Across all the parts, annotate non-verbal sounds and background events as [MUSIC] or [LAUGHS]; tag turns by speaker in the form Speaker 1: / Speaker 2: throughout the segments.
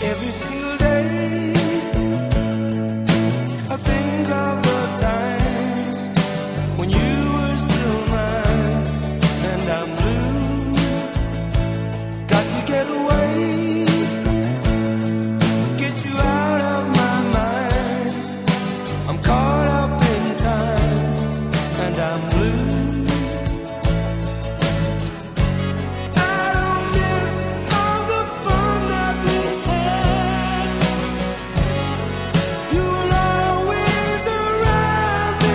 Speaker 1: Every single day, I think of the times when you were still mine, and I'm blue. Got to get away, get you out of my mind. I'm caught up in time, and I'm blue. I don't miss all the fun that we had. You'll always around me.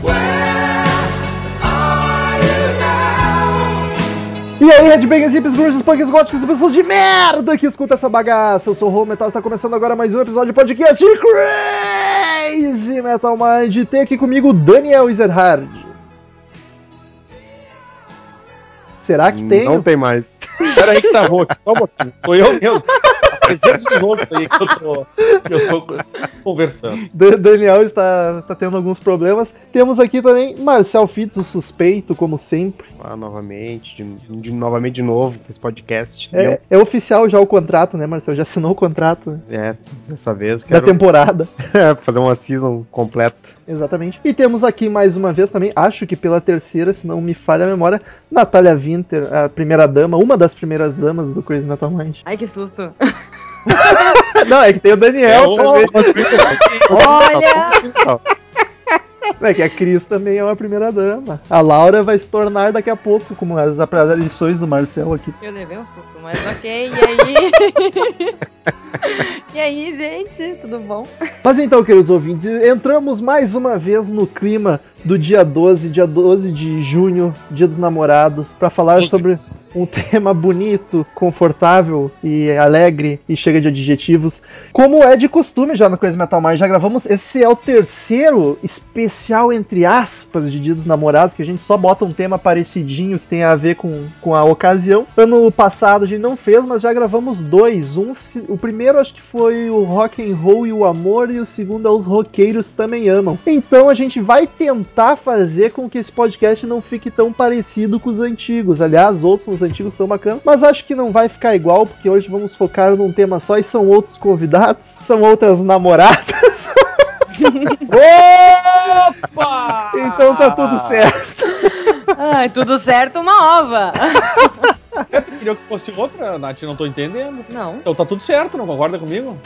Speaker 1: Where are you now?
Speaker 2: E aí, Redbangers, hips, bruxas, punks, góticos e pessoas de merda que escuta essa bagaça. Eu sou o Rô Metal, está começando agora mais um episódio de podcast de Crazy Metal Mind. Tem aqui comigo o Daniel Ezerhard. Será Ah, que tem?
Speaker 3: Não tem mais.
Speaker 4: Pera aí que travou aqui, só um pouquinho. Sou eu mesmo. Presente de novo isso aí que eu tô, que eu tô conversando.
Speaker 2: Da- Daniel está, está tendo alguns problemas. Temos aqui também Marcel Fitz, o suspeito, como sempre.
Speaker 3: Ah, novamente, de, de- novamente de novo com esse podcast.
Speaker 2: É, é oficial já o contrato, né, Marcel? Já assinou o contrato né,
Speaker 3: Eu- é, dessa vez
Speaker 2: da
Speaker 3: quero
Speaker 2: temporada.
Speaker 3: é, [LAUGHS] fazer uma season completa.
Speaker 2: Exatamente. E temos aqui mais uma vez também, acho que pela terceira, se não me falha a memória, Natália Winter, a primeira dama, uma das primeiras damas do Crazy Metal Mind.
Speaker 5: Ai, que susto.
Speaker 2: [LAUGHS] não, é que tem o Daniel
Speaker 4: É, ô,
Speaker 2: também.
Speaker 5: Olha!
Speaker 2: É que a Cris também é uma primeira dama. A Laura vai se tornar daqui a pouco, como as aparições do Marcel aqui.
Speaker 5: Eu levei um susto, mas ok. E aí? [LAUGHS] e aí, gente? Tudo bom?
Speaker 2: Mas então, queridos ouvintes, entramos mais uma vez no clima do dia 12, dia 12 de junho, Dia dos Namorados, para falar
Speaker 4: Doze.
Speaker 2: sobre um [LAUGHS] tema bonito, confortável e alegre e chega de adjetivos. Como é de costume já no Crazy Metal Mind, já gravamos, esse é o terceiro especial, entre aspas, de Dia dos Namorados, que a gente só bota um tema parecidinho que tem a ver com, com a ocasião. Ano passado a gente não fez, mas já gravamos dois. Um, se- o primeiro acho que foi o Rock and Roll e o Amor, e o segundo é Os Roqueiros Também Amam. Então a gente vai tentar fazer com que esse podcast não fique tão parecido com os antigos. Aliás, ouçam os antigos tão bacana, mas acho que não vai ficar igual, porque hoje vamos focar num tema só e são outros convidados, são outras namoradas. [LAUGHS]
Speaker 4: Opa!
Speaker 2: Então tá tudo certo.
Speaker 5: Ai, tudo certo, uma ova.
Speaker 4: É, tu queria que fosse outra, Nath, não tô entendendo.
Speaker 5: Não.
Speaker 4: Então tá tudo certo, não concorda comigo?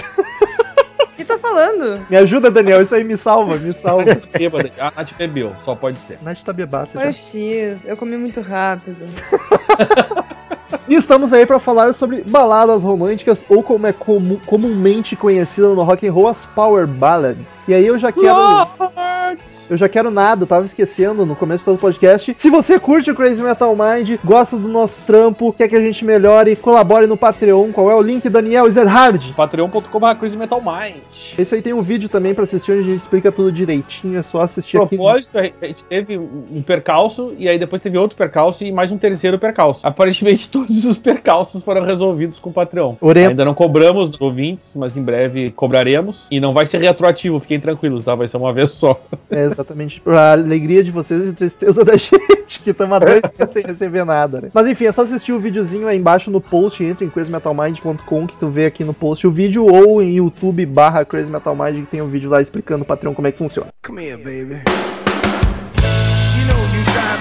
Speaker 5: O que tá falando?
Speaker 2: Me ajuda, Daniel, isso aí me salva, me salva.
Speaker 4: Bêbada. A Nath bebeu, só pode ser.
Speaker 2: Nath tá bebaça.
Speaker 5: Foi
Speaker 2: Tá?
Speaker 5: o X. Eu comi muito rápido.
Speaker 2: E estamos aí pra falar sobre baladas românticas, ou como é comu- comumente conhecida no rock and roll, as power ballads. E aí eu já quero...
Speaker 4: Lords!
Speaker 2: Eu já quero nada, eu tava esquecendo no começo do podcast. Se você curte o Crazy Metal Mind, gosta do nosso trampo, quer que a gente melhore, colabore no Patreon, qual é o link, Daniel Ezerhard?
Speaker 4: Patreon.com.br Crazy Metal Mind.
Speaker 2: Esse aí tem um vídeo também pra assistir, onde a gente explica tudo direitinho, é só assistir aqui.
Speaker 4: propósito, a gente teve um percalço e aí depois teve outro percalço e mais um terceiro percalço. Aparentemente [LAUGHS] todos os percalços foram resolvidos com o Patreon.
Speaker 2: Oremos.
Speaker 4: Ainda não cobramos dos ouvintes, mas em breve cobraremos. E não vai ser retroativo, fiquem tranquilos, tá? Vai ser uma [LAUGHS] vez só.
Speaker 2: É, exatamente. Pra alegria de vocês e tristeza da [LAUGHS] gente, que estamos há dois meses sem receber nada, né? Mas enfim, é só assistir o videozinho aí embaixo no post, entra em crazymetalmind.com que tu vê aqui no post o vídeo, ou em youtube barra crazymetalmind que tem um vídeo lá explicando o Patreon como é que funciona.
Speaker 1: Come here, baby. You know you drive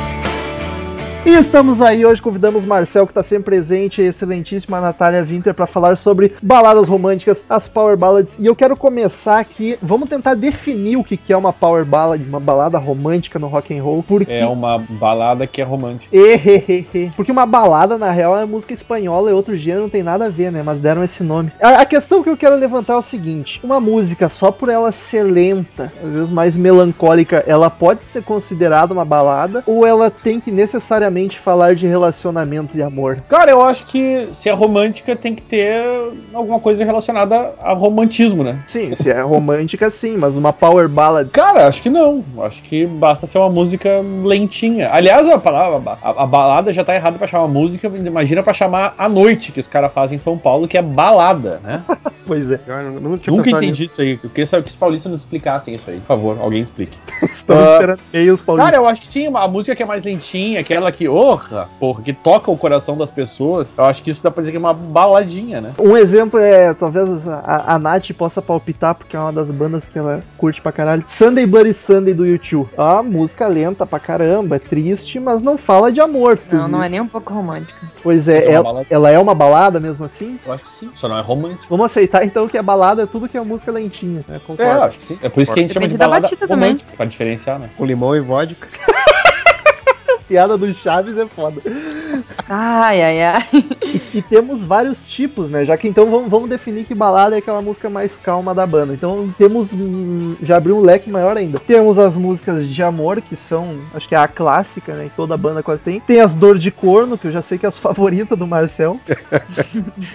Speaker 2: E estamos aí hoje, convidamos Marcel, que está sempre presente, e a excelentíssima Natália Winter, para falar sobre baladas românticas, as Power Ballads. E eu quero começar aqui, vamos tentar definir o que que é uma Power Ballad, uma balada romântica no rock and roll, porque...
Speaker 4: É uma balada que é romântica.
Speaker 2: Ehehehe. Porque uma balada, na real, é música espanhola, é outro gênero, não tem nada a ver, né? Mas deram esse nome. A, a questão que eu quero levantar é o seguinte, uma música, só por ela ser lenta, às vezes mais melancólica, ela pode ser considerada uma balada, ou ela tem que necessariamente falar de relacionamentos e amor?
Speaker 4: Cara, eu acho que se é romântica, tem que ter alguma coisa relacionada a romantismo, né?
Speaker 2: Sim, se é romântica, sim, mas uma power ballad.
Speaker 4: Cara, acho que não. Acho que basta ser uma música lentinha. Aliás, a palavra a, a balada já tá errada pra chamar música. Imagina pra chamar a noite que os caras fazem em São Paulo, que é balada, [LAUGHS] né?
Speaker 2: pois é.
Speaker 4: Eu não, não Nunca entendi Tipo isso aí. Eu queria saber que os paulistas nos explicassem isso aí. Por favor, alguém explique.
Speaker 3: Então,
Speaker 2: Estamos uh, esperando meio os paulistas.
Speaker 4: Cara, eu acho que sim, a música que é mais lentinha, aquela que, orra, porra, que toca o coração das pessoas, eu acho que isso dá pra dizer que é uma baladinha, né?
Speaker 2: Um exemplo é, talvez a, a Nath possa palpitar, porque é uma das bandas que ela curte pra caralho. Sunday Bloody Sunday do YouTube. Ah, música lenta pra caramba, é triste, mas não fala de amor.
Speaker 5: Não, inclusive. não é nem um pouco romântica.
Speaker 2: Pois é, é ela, ela, é uma balada mesmo assim?
Speaker 4: Eu acho que sim, só não é romântica.
Speaker 2: Vamos aceitar então que a balada é tudo que é música lentinha, né?
Speaker 4: Concordo. É, eu acho que sim. É por isso que a gente Depende chama de balada romântica, também. pra diferenciar, né?
Speaker 3: Com limão e vodka. [LAUGHS]
Speaker 2: piada do Chaves é foda.
Speaker 5: Ai, ai, ai.
Speaker 2: E, e temos vários tipos, né? Já que então vamos, vamos, definir que balada é aquela música mais calma da banda. Então temos. Hum, já abriu um leque maior ainda. Temos as músicas de amor, que são, acho que é a clássica, né? Que toda banda quase tem. Tem as Dor de Corno, que eu já sei que é as [LAUGHS] favoritas do Marcel.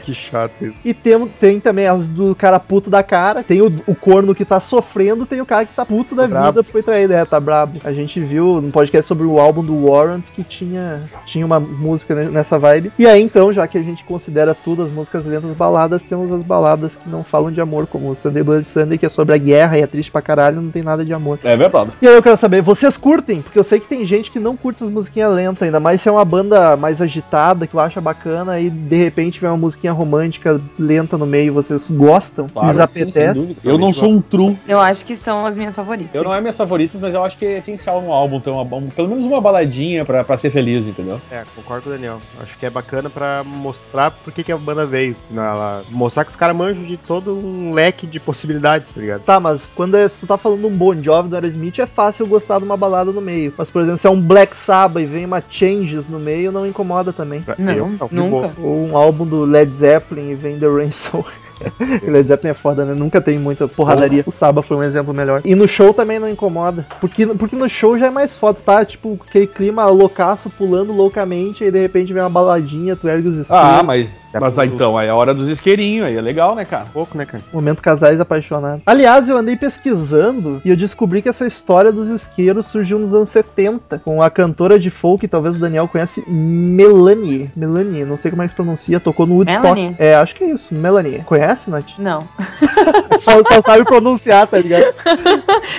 Speaker 3: que chato isso.
Speaker 2: E tem, tem também as do cara puto da cara. Tem o, o corno que tá sofrendo, tem o cara que tá puto da brabo. vida, foi traído. É, tá brabo. A gente viu no podcast sobre o álbum do War que tinha, tinha uma música nessa vibe. E aí então, já que a gente considera tudo as músicas lentas baladas, temos as baladas que não falam de amor, como o Sunday Blood Sunday, que é sobre a guerra e é triste pra caralho, não tem nada de amor.
Speaker 4: É verdade.
Speaker 2: E aí eu quero saber, vocês curtem? Porque eu sei que tem gente que não curte essas musiquinhas lentas, ainda mais se é uma banda mais agitada, que acha bacana e de repente vem uma musiquinha romântica lenta no meio, vocês gostam?
Speaker 4: Claro, lhes apetece? Sim, eu não sou um true.
Speaker 5: Eu acho que são as minhas favoritas.
Speaker 4: Eu não é minhas favoritas, mas eu acho que é essencial no álbum ter uma, um, pelo menos uma baladinha musiquinha pra, pra, ser feliz, entendeu?
Speaker 3: É, concordo com o Daniel. Acho que é bacana pra mostrar por que, que a banda veio. né? Ela, mostrar que os caras manjam de todo um leque de possibilidades, tá ligado?
Speaker 2: Tá, mas quando é, se tu tá falando um Bon Jovi do Aerosmith, é fácil gostar de uma balada no meio. Mas, por exemplo, se é um Black Sabbath e vem uma Changes no meio, não incomoda também.
Speaker 5: Não, Eu, não nunca.
Speaker 2: Ou um álbum do Led Zeppelin e vem The Rain Soul. [LAUGHS] Led Zeppelin é foda, né? Nunca tem muita porradaria. O Saba foi um exemplo melhor. E no show também não incomoda. Porque, porque no show já é mais foda, tá? Tipo, aquele clima loucaço, pulando loucamente, aí de repente vem uma baladinha, tu ergue os
Speaker 4: isqueiros. Ah, mas, mas aí, então, aí é a hora dos isqueirinhos, aí é legal, né, cara? Um
Speaker 3: pouco, né, cara?
Speaker 2: Momento casais apaixonados. Aliás, eu andei pesquisando e eu descobri que essa história dos isqueiros surgiu nos anos 70, com a cantora de folk, talvez o Daniel conhece, Melanie. Melanie, não sei como é que se pronuncia, tocou no Woodstock. Melanie. É, acho que é isso, Melanie. Conhece? conhece, Nath?
Speaker 5: Não.
Speaker 2: só, só, sabe pronunciar, tá ligado?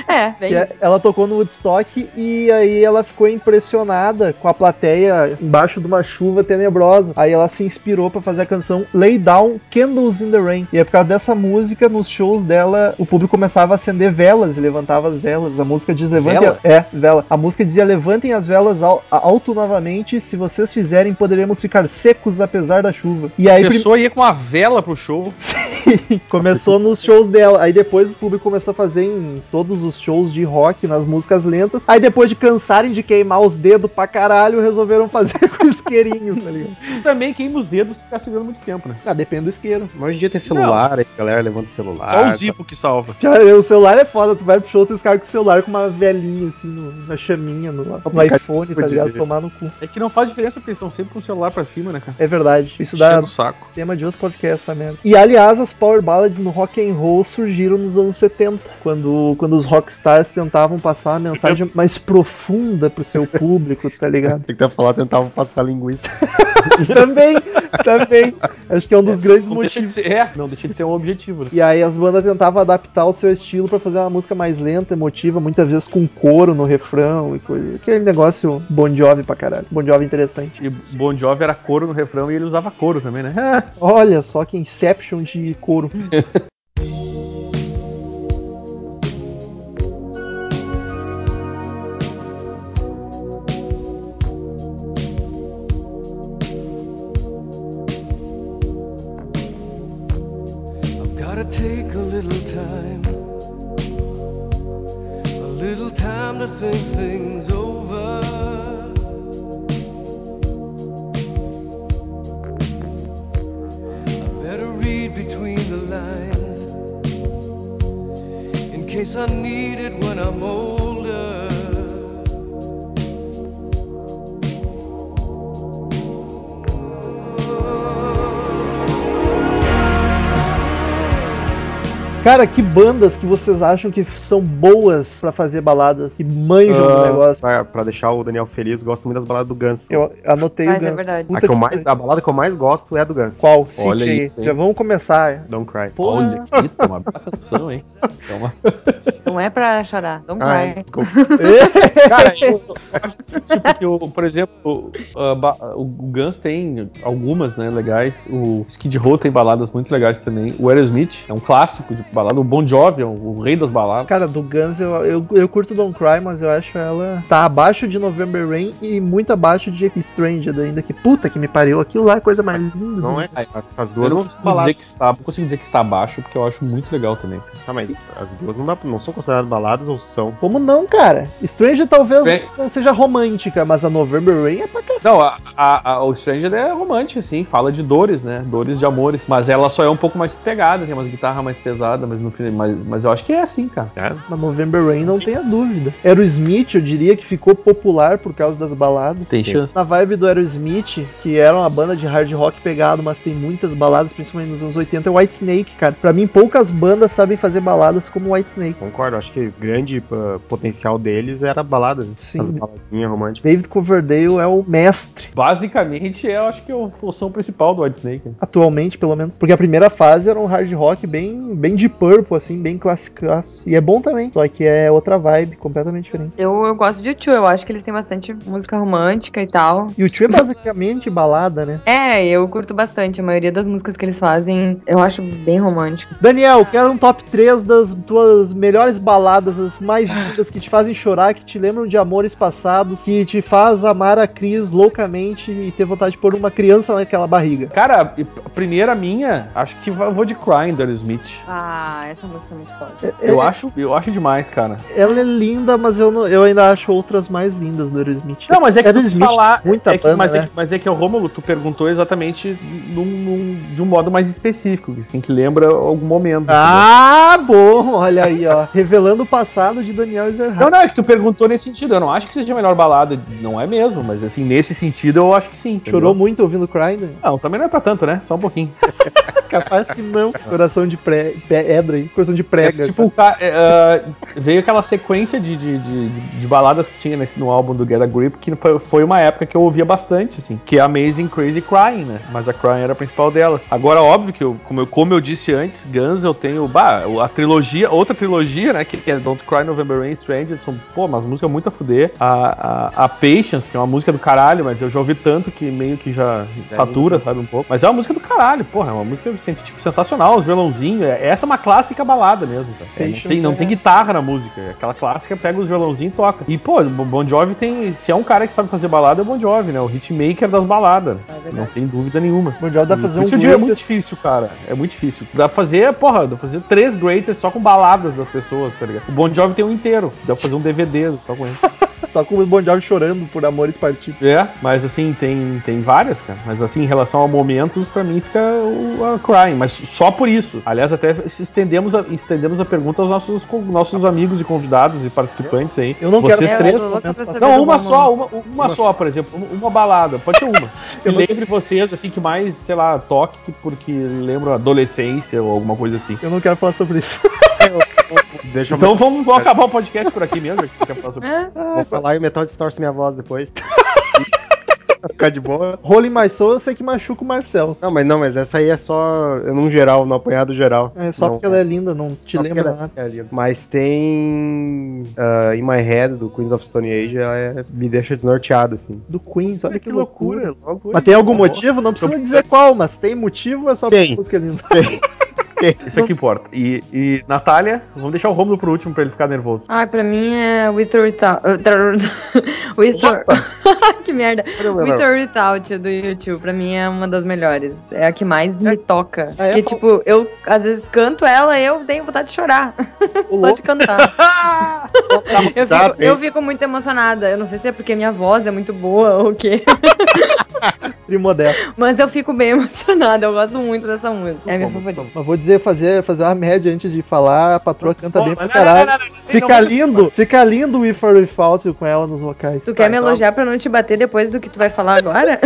Speaker 5: É, bem.
Speaker 2: E ela tocou no Woodstock e aí ela ficou impressionada com a plateia embaixo de uma chuva tenebrosa. Aí ela se inspirou para fazer a canção Lay Down Candles in the Rain. E é por causa dessa música, nos shows dela, o público começava a acender velas e levantava as velas. A música diz levantem.
Speaker 4: Vela?
Speaker 2: É, vela. A música dizia levantem as velas alto novamente. Se vocês fizerem, poderemos ficar secos apesar da chuva. E aí.
Speaker 4: A pessoa prim... ia com uma vela pro show.
Speaker 2: Sim, começou nos shows dela. Aí depois o público começou a fazer em todos os shows de rock, nas músicas lentas. Aí depois de cansarem de queimar os dedos pra caralho, resolveram fazer [LAUGHS] com o isqueirinho, tá ligado?
Speaker 4: Também queima os dedos se ficar segurando muito tempo, né?
Speaker 2: Ah, depende do isqueiro.
Speaker 3: Hoje em dia tem celular, Não. aí a galera levando o celular. tá?
Speaker 4: Só o zipo que salva.
Speaker 2: Já, o celular é foda, tu vai pro show, tu escala com o celular com uma velhinha, assim, na chaminha, no, no, no iPhone, tá ligado? Ver. Tomar no cu.
Speaker 4: É que não faz diferença porque eles estão sempre com o celular pra cima, né, cara?
Speaker 2: É verdade. Isso dá
Speaker 4: saco.
Speaker 2: tema de outro podcast, essa merda. E aliás, aliás, as power ballads no rock and roll surgiram nos anos 70, quando, quando os rockstars tentavam passar uma mensagem mais profunda pro seu público, tá [LAUGHS] ligado?
Speaker 3: Tem que falar, tentavam passar linguista.
Speaker 2: também, também. Acho que é um dos é, grandes motivos.
Speaker 4: De ser, é, não deixa de ser um objetivo. Né?
Speaker 2: E aí as bandas tentavam adaptar o seu estilo para fazer uma música mais lenta, emotiva, muitas vezes com coro no refrão e coisa. Aquele negócio Bon Jovi pra caralho. Bon Jovi interessante.
Speaker 4: E Bon Jovi era coro no refrão e ele usava coro também, [LAUGHS] né?
Speaker 2: Olha só que Inception de couro.
Speaker 6: little time to think things over. I better read between the lines in case I need it when I'm older.
Speaker 2: Cara, que bandas que vocês acham que são boas pra fazer baladas e manjam
Speaker 3: Ah,
Speaker 2: do negócio?
Speaker 3: Pra, pra deixar o Daniel feliz, gosto muito das baladas do Guns.
Speaker 2: Eu anotei
Speaker 5: Mas
Speaker 2: o
Speaker 5: é
Speaker 2: Guns.
Speaker 5: verdade.
Speaker 3: a,
Speaker 2: Puta
Speaker 3: que eu
Speaker 2: que
Speaker 3: mais,
Speaker 2: pariu.
Speaker 3: a balada que eu mais gosto é a do Guns.
Speaker 2: Qual? Cite
Speaker 4: Olha
Speaker 2: aí.
Speaker 4: isso, hein?
Speaker 2: Já vamos começar.
Speaker 3: Don't Cry.
Speaker 2: Porra.
Speaker 4: Olha que tá uma bela canção, hein? Tá uma-
Speaker 5: Não é pra chorar. Não
Speaker 3: Ah,
Speaker 5: vai.
Speaker 3: desculpa.
Speaker 4: [LAUGHS] Cara, eu eu acho difícil porque, o, por exemplo, o- a ba- o Guns tem algumas, né, legais. O Skid Row tem baladas muito legais também. O Aerosmith é um clássico de balada. O Bon Jovi é o, o rei das baladas.
Speaker 2: Cara, do Guns eu, eu, eu curto Don't Cry, mas eu acho ela tá abaixo de November Rain e muito abaixo de Stranded ainda. Que puta que me pariu. Aquilo lá é a coisa mais linda.
Speaker 3: Não [LAUGHS] é? Essas
Speaker 4: Eu
Speaker 3: duas
Speaker 4: não
Speaker 3: não
Speaker 4: consigo, dizer que está, não consigo dizer que está abaixo, porque eu acho muito legal também.
Speaker 3: Tá, mas as duas não, dá, não são consideradas baladas ou são?
Speaker 4: é.
Speaker 2: Como não, cara? Stranger talvez
Speaker 4: Bem-
Speaker 2: não seja romântica, mas a November Rain é pra cacete.
Speaker 4: Não, a, a- a- o Stranger é romântica, assim, fala de dores, né? Dores de amores. Mas ela só é um pouco mais pegada, tem umas guitarras mais pesadas, mas no fim. Mas, mas eu acho que é assim, cara.
Speaker 3: É?
Speaker 2: Mas November Rain não tenha dúvida. Aerosmith, eu diria que ficou popular por causa das baladas.
Speaker 4: Tem chance.
Speaker 2: Na vibe do Aerosmith, que era uma banda de hard rock pegado, mas tem muitas baladas, principalmente nos anos 80, é Whitesnake, cara. Pra mim, poucas bandas sabem fazer baladas como Whitesnake.
Speaker 3: Concordo, acho que o grande uh, potencial deles era a balada. né?
Speaker 2: Sim.
Speaker 3: As baladinhas românticas.
Speaker 2: David Coverdale é o mestre,
Speaker 4: Basicamente, eu acho que é a função principal do Whitesnake.
Speaker 2: atualmente pelo menos. Porque a primeira fase era um hard rock bem, bem de purple, assim, bem classicaço. E é bom também, só que é outra vibe, completamente diferente.
Speaker 5: Eu, eu gosto de U2, eu acho que ele tem bastante música romântica e tal.
Speaker 2: E o Tio é basicamente balada, né?
Speaker 5: É, eu curto bastante. A maioria das músicas que eles fazem, eu acho bem romântico.
Speaker 2: Daniel, quero um top 3 das tuas melhores baladas, as mais lindas, que te fazem chorar, que te lembram de amores passados, que te faz amar a Cris loucamente e ter vontade de pôr uma criança naquela barriga.
Speaker 4: Cara, e p- a primeira minha, acho que va- eu vou de Crying do Aerosmith.
Speaker 5: Ah, essa música é muito foda.
Speaker 4: Eu
Speaker 2: É-
Speaker 4: acho, eu acho demais, cara.
Speaker 2: Ela é linda, mas eu, não- eu ainda acho outras mais lindas do Aerosmith.
Speaker 4: Não, mas é que tu quis
Speaker 2: Aerosmith,
Speaker 4: falar.
Speaker 2: muita
Speaker 4: é que-
Speaker 2: banda,
Speaker 4: mas,
Speaker 2: né?
Speaker 4: é que, mas é que o Rômulo, tu perguntou exatamente num- num- de um modo mais específico, assim, que lembra algum momento.
Speaker 2: Ah, bom, olha aí, ó. Revelando o passado de Daniel Ezerhard.
Speaker 4: Não, não, é que tu perguntou nesse sentido. Eu não acho que seja a melhor balada. Não é mesmo, mas assim, nesse sentido eu acho que sim. entendeu?
Speaker 2: Chorou muito ouvindo Crying? né?
Speaker 4: [LAUGHS] Não, também não é pra tanto, né? Só um pouquinho.
Speaker 2: Capaz que não. Coração de pre- pedra, hein? Coração de
Speaker 4: É,
Speaker 2: prega.
Speaker 4: tipo, o ca- é, ah, veio aquela sequência de, de, de, de- de baladas que tinha nesse, no álbum do Get a Grip, que foi, foi uma época que eu ouvia bastante, assim, que é Amazing Crazy Crying, né? Mas a Crying era a principal delas. Agora, óbvio que, eu, como, eu, como eu disse antes, Guns eu tenho, bah, a trilogia, outra trilogia, né? Que, que é Don't Cry, November Rain, Stranger, são, pô, umas músicas muito a fuder. A, a, a Patience, que é uma música do caralho, mas eu já ouvi tanto que meio que já satura, sabe, um pouco. Mas é uma música do caralho, porra, é uma música assim, tipo, sensacional, os violãozinhos. é- Essa é uma clássica balada mesmo, cara. É, não,
Speaker 2: Patience,
Speaker 4: tem, não tem
Speaker 2: é.
Speaker 4: guitarra na música, é aquela clássica, pega os violãozinhos e toca. E, pô, o Bon Jovi tem, se é um cara que sabe fazer balada, é o Bon Jovi, né? O hitmaker das baladas.
Speaker 5: É
Speaker 4: Não
Speaker 5: verdade.
Speaker 4: tem dúvida nenhuma.
Speaker 2: Mundial dá pra fazer
Speaker 4: Por
Speaker 2: um
Speaker 4: isso eu digo, é
Speaker 2: grupo-
Speaker 4: muito difícil, cara. É muito difícil. Dá pra fazer, porra, dá pra fazer três greaters só com baladas das pessoas, tá ligado? O Bon Jovi tem um inteiro. Dá pra fazer um DVD só com ele.
Speaker 2: só com o Bon Jovi chorando por amores partidos.
Speaker 4: É, mas assim, tem, tem várias, cara. Mas assim, em relação a momentos, pra mim fica o a Crying. Mas só por isso. Aliás, até se estendemos a, estendemos a pergunta aos nossos, co- nossos amigos e convidados e participantes aí.
Speaker 2: Eu não quero
Speaker 4: Vocês
Speaker 5: É, eu
Speaker 4: três.
Speaker 5: tô louca pra saber
Speaker 4: Não,
Speaker 5: do
Speaker 4: uma
Speaker 5: Romulo.
Speaker 4: só, uma, uma, só, por exemplo, uma- uma balada, pode
Speaker 2: [LAUGHS]
Speaker 4: ser uma. que
Speaker 2: Eu não-
Speaker 4: lembre vocês, assim, que mais, sei lá, toque, que- porque lembram adolescência ou alguma coisa assim.
Speaker 2: Eu não quero falar sobre isso. [LAUGHS]
Speaker 3: Deixa
Speaker 4: Então vamos, vamos acabar o podcast por aqui mesmo. já que eu quero falar sobre-
Speaker 5: É,
Speaker 3: eu vou falar e o metal distorce minha voz [LAUGHS] depois. Vai Ficar de boa.
Speaker 2: Rolling My Soul eu sei que machuca o Marcel.
Speaker 3: Não, mas não, mas essa aí é só num geral, no apanhado geral.
Speaker 2: É só
Speaker 3: Não,
Speaker 2: porque ela é linda, não te
Speaker 3: só porque
Speaker 2: lembra
Speaker 3: ela
Speaker 2: nada.
Speaker 3: é linda. Mas tem ah, In My Head, do Queens of Stone Age, ela é- me deixa desnorteado, assim.
Speaker 2: Do Queens, olha que, loucura.
Speaker 4: Logo
Speaker 2: Mas tem algum motivo? Não precisa dizer qual, mas tem motivo ou é só
Speaker 4: [LAUGHS]
Speaker 3: Tem.
Speaker 2: música linda?
Speaker 4: Isso é que importa. E, e Natália, vamos deixar o Romulo pro último pra ele ficar nervoso.
Speaker 5: Ai, pra mim é With or Without. [LAUGHS] With or... [LAUGHS] que merda. With or Without do YouTube, pra mim é uma das melhores. É a que mais me toca.
Speaker 4: Ah,
Speaker 2: É,
Speaker 5: Porque,
Speaker 2: pô.
Speaker 5: tipo, eu às vezes canto ela e eu tenho vontade de chorar. Só de cantar.
Speaker 4: [LAUGHS]
Speaker 5: Eu
Speaker 3: Tá
Speaker 5: fico,
Speaker 3: bem.
Speaker 5: eu fico muito emocionada. Eu não sei se é porque minha voz é muito boa ou o quê.
Speaker 2: Primodesta.
Speaker 5: Mas eu fico bem [LAUGHS] emocionada. Eu gosto muito dessa música. É a minha favorita.
Speaker 2: Mas vou dizer, fazer, fazer uma média antes de falar, a patroa canta
Speaker 4: Pô,
Speaker 2: bem pra
Speaker 4: mas não, não, não,
Speaker 2: caralho.
Speaker 4: não, não, não, não,
Speaker 2: Fica
Speaker 4: não, não,
Speaker 2: lindo, fica lindo o If I Without You com ela nos vocais.
Speaker 5: Tu quer me
Speaker 4: então-
Speaker 5: elogiar pra não te bater depois do que tu vai falar agora?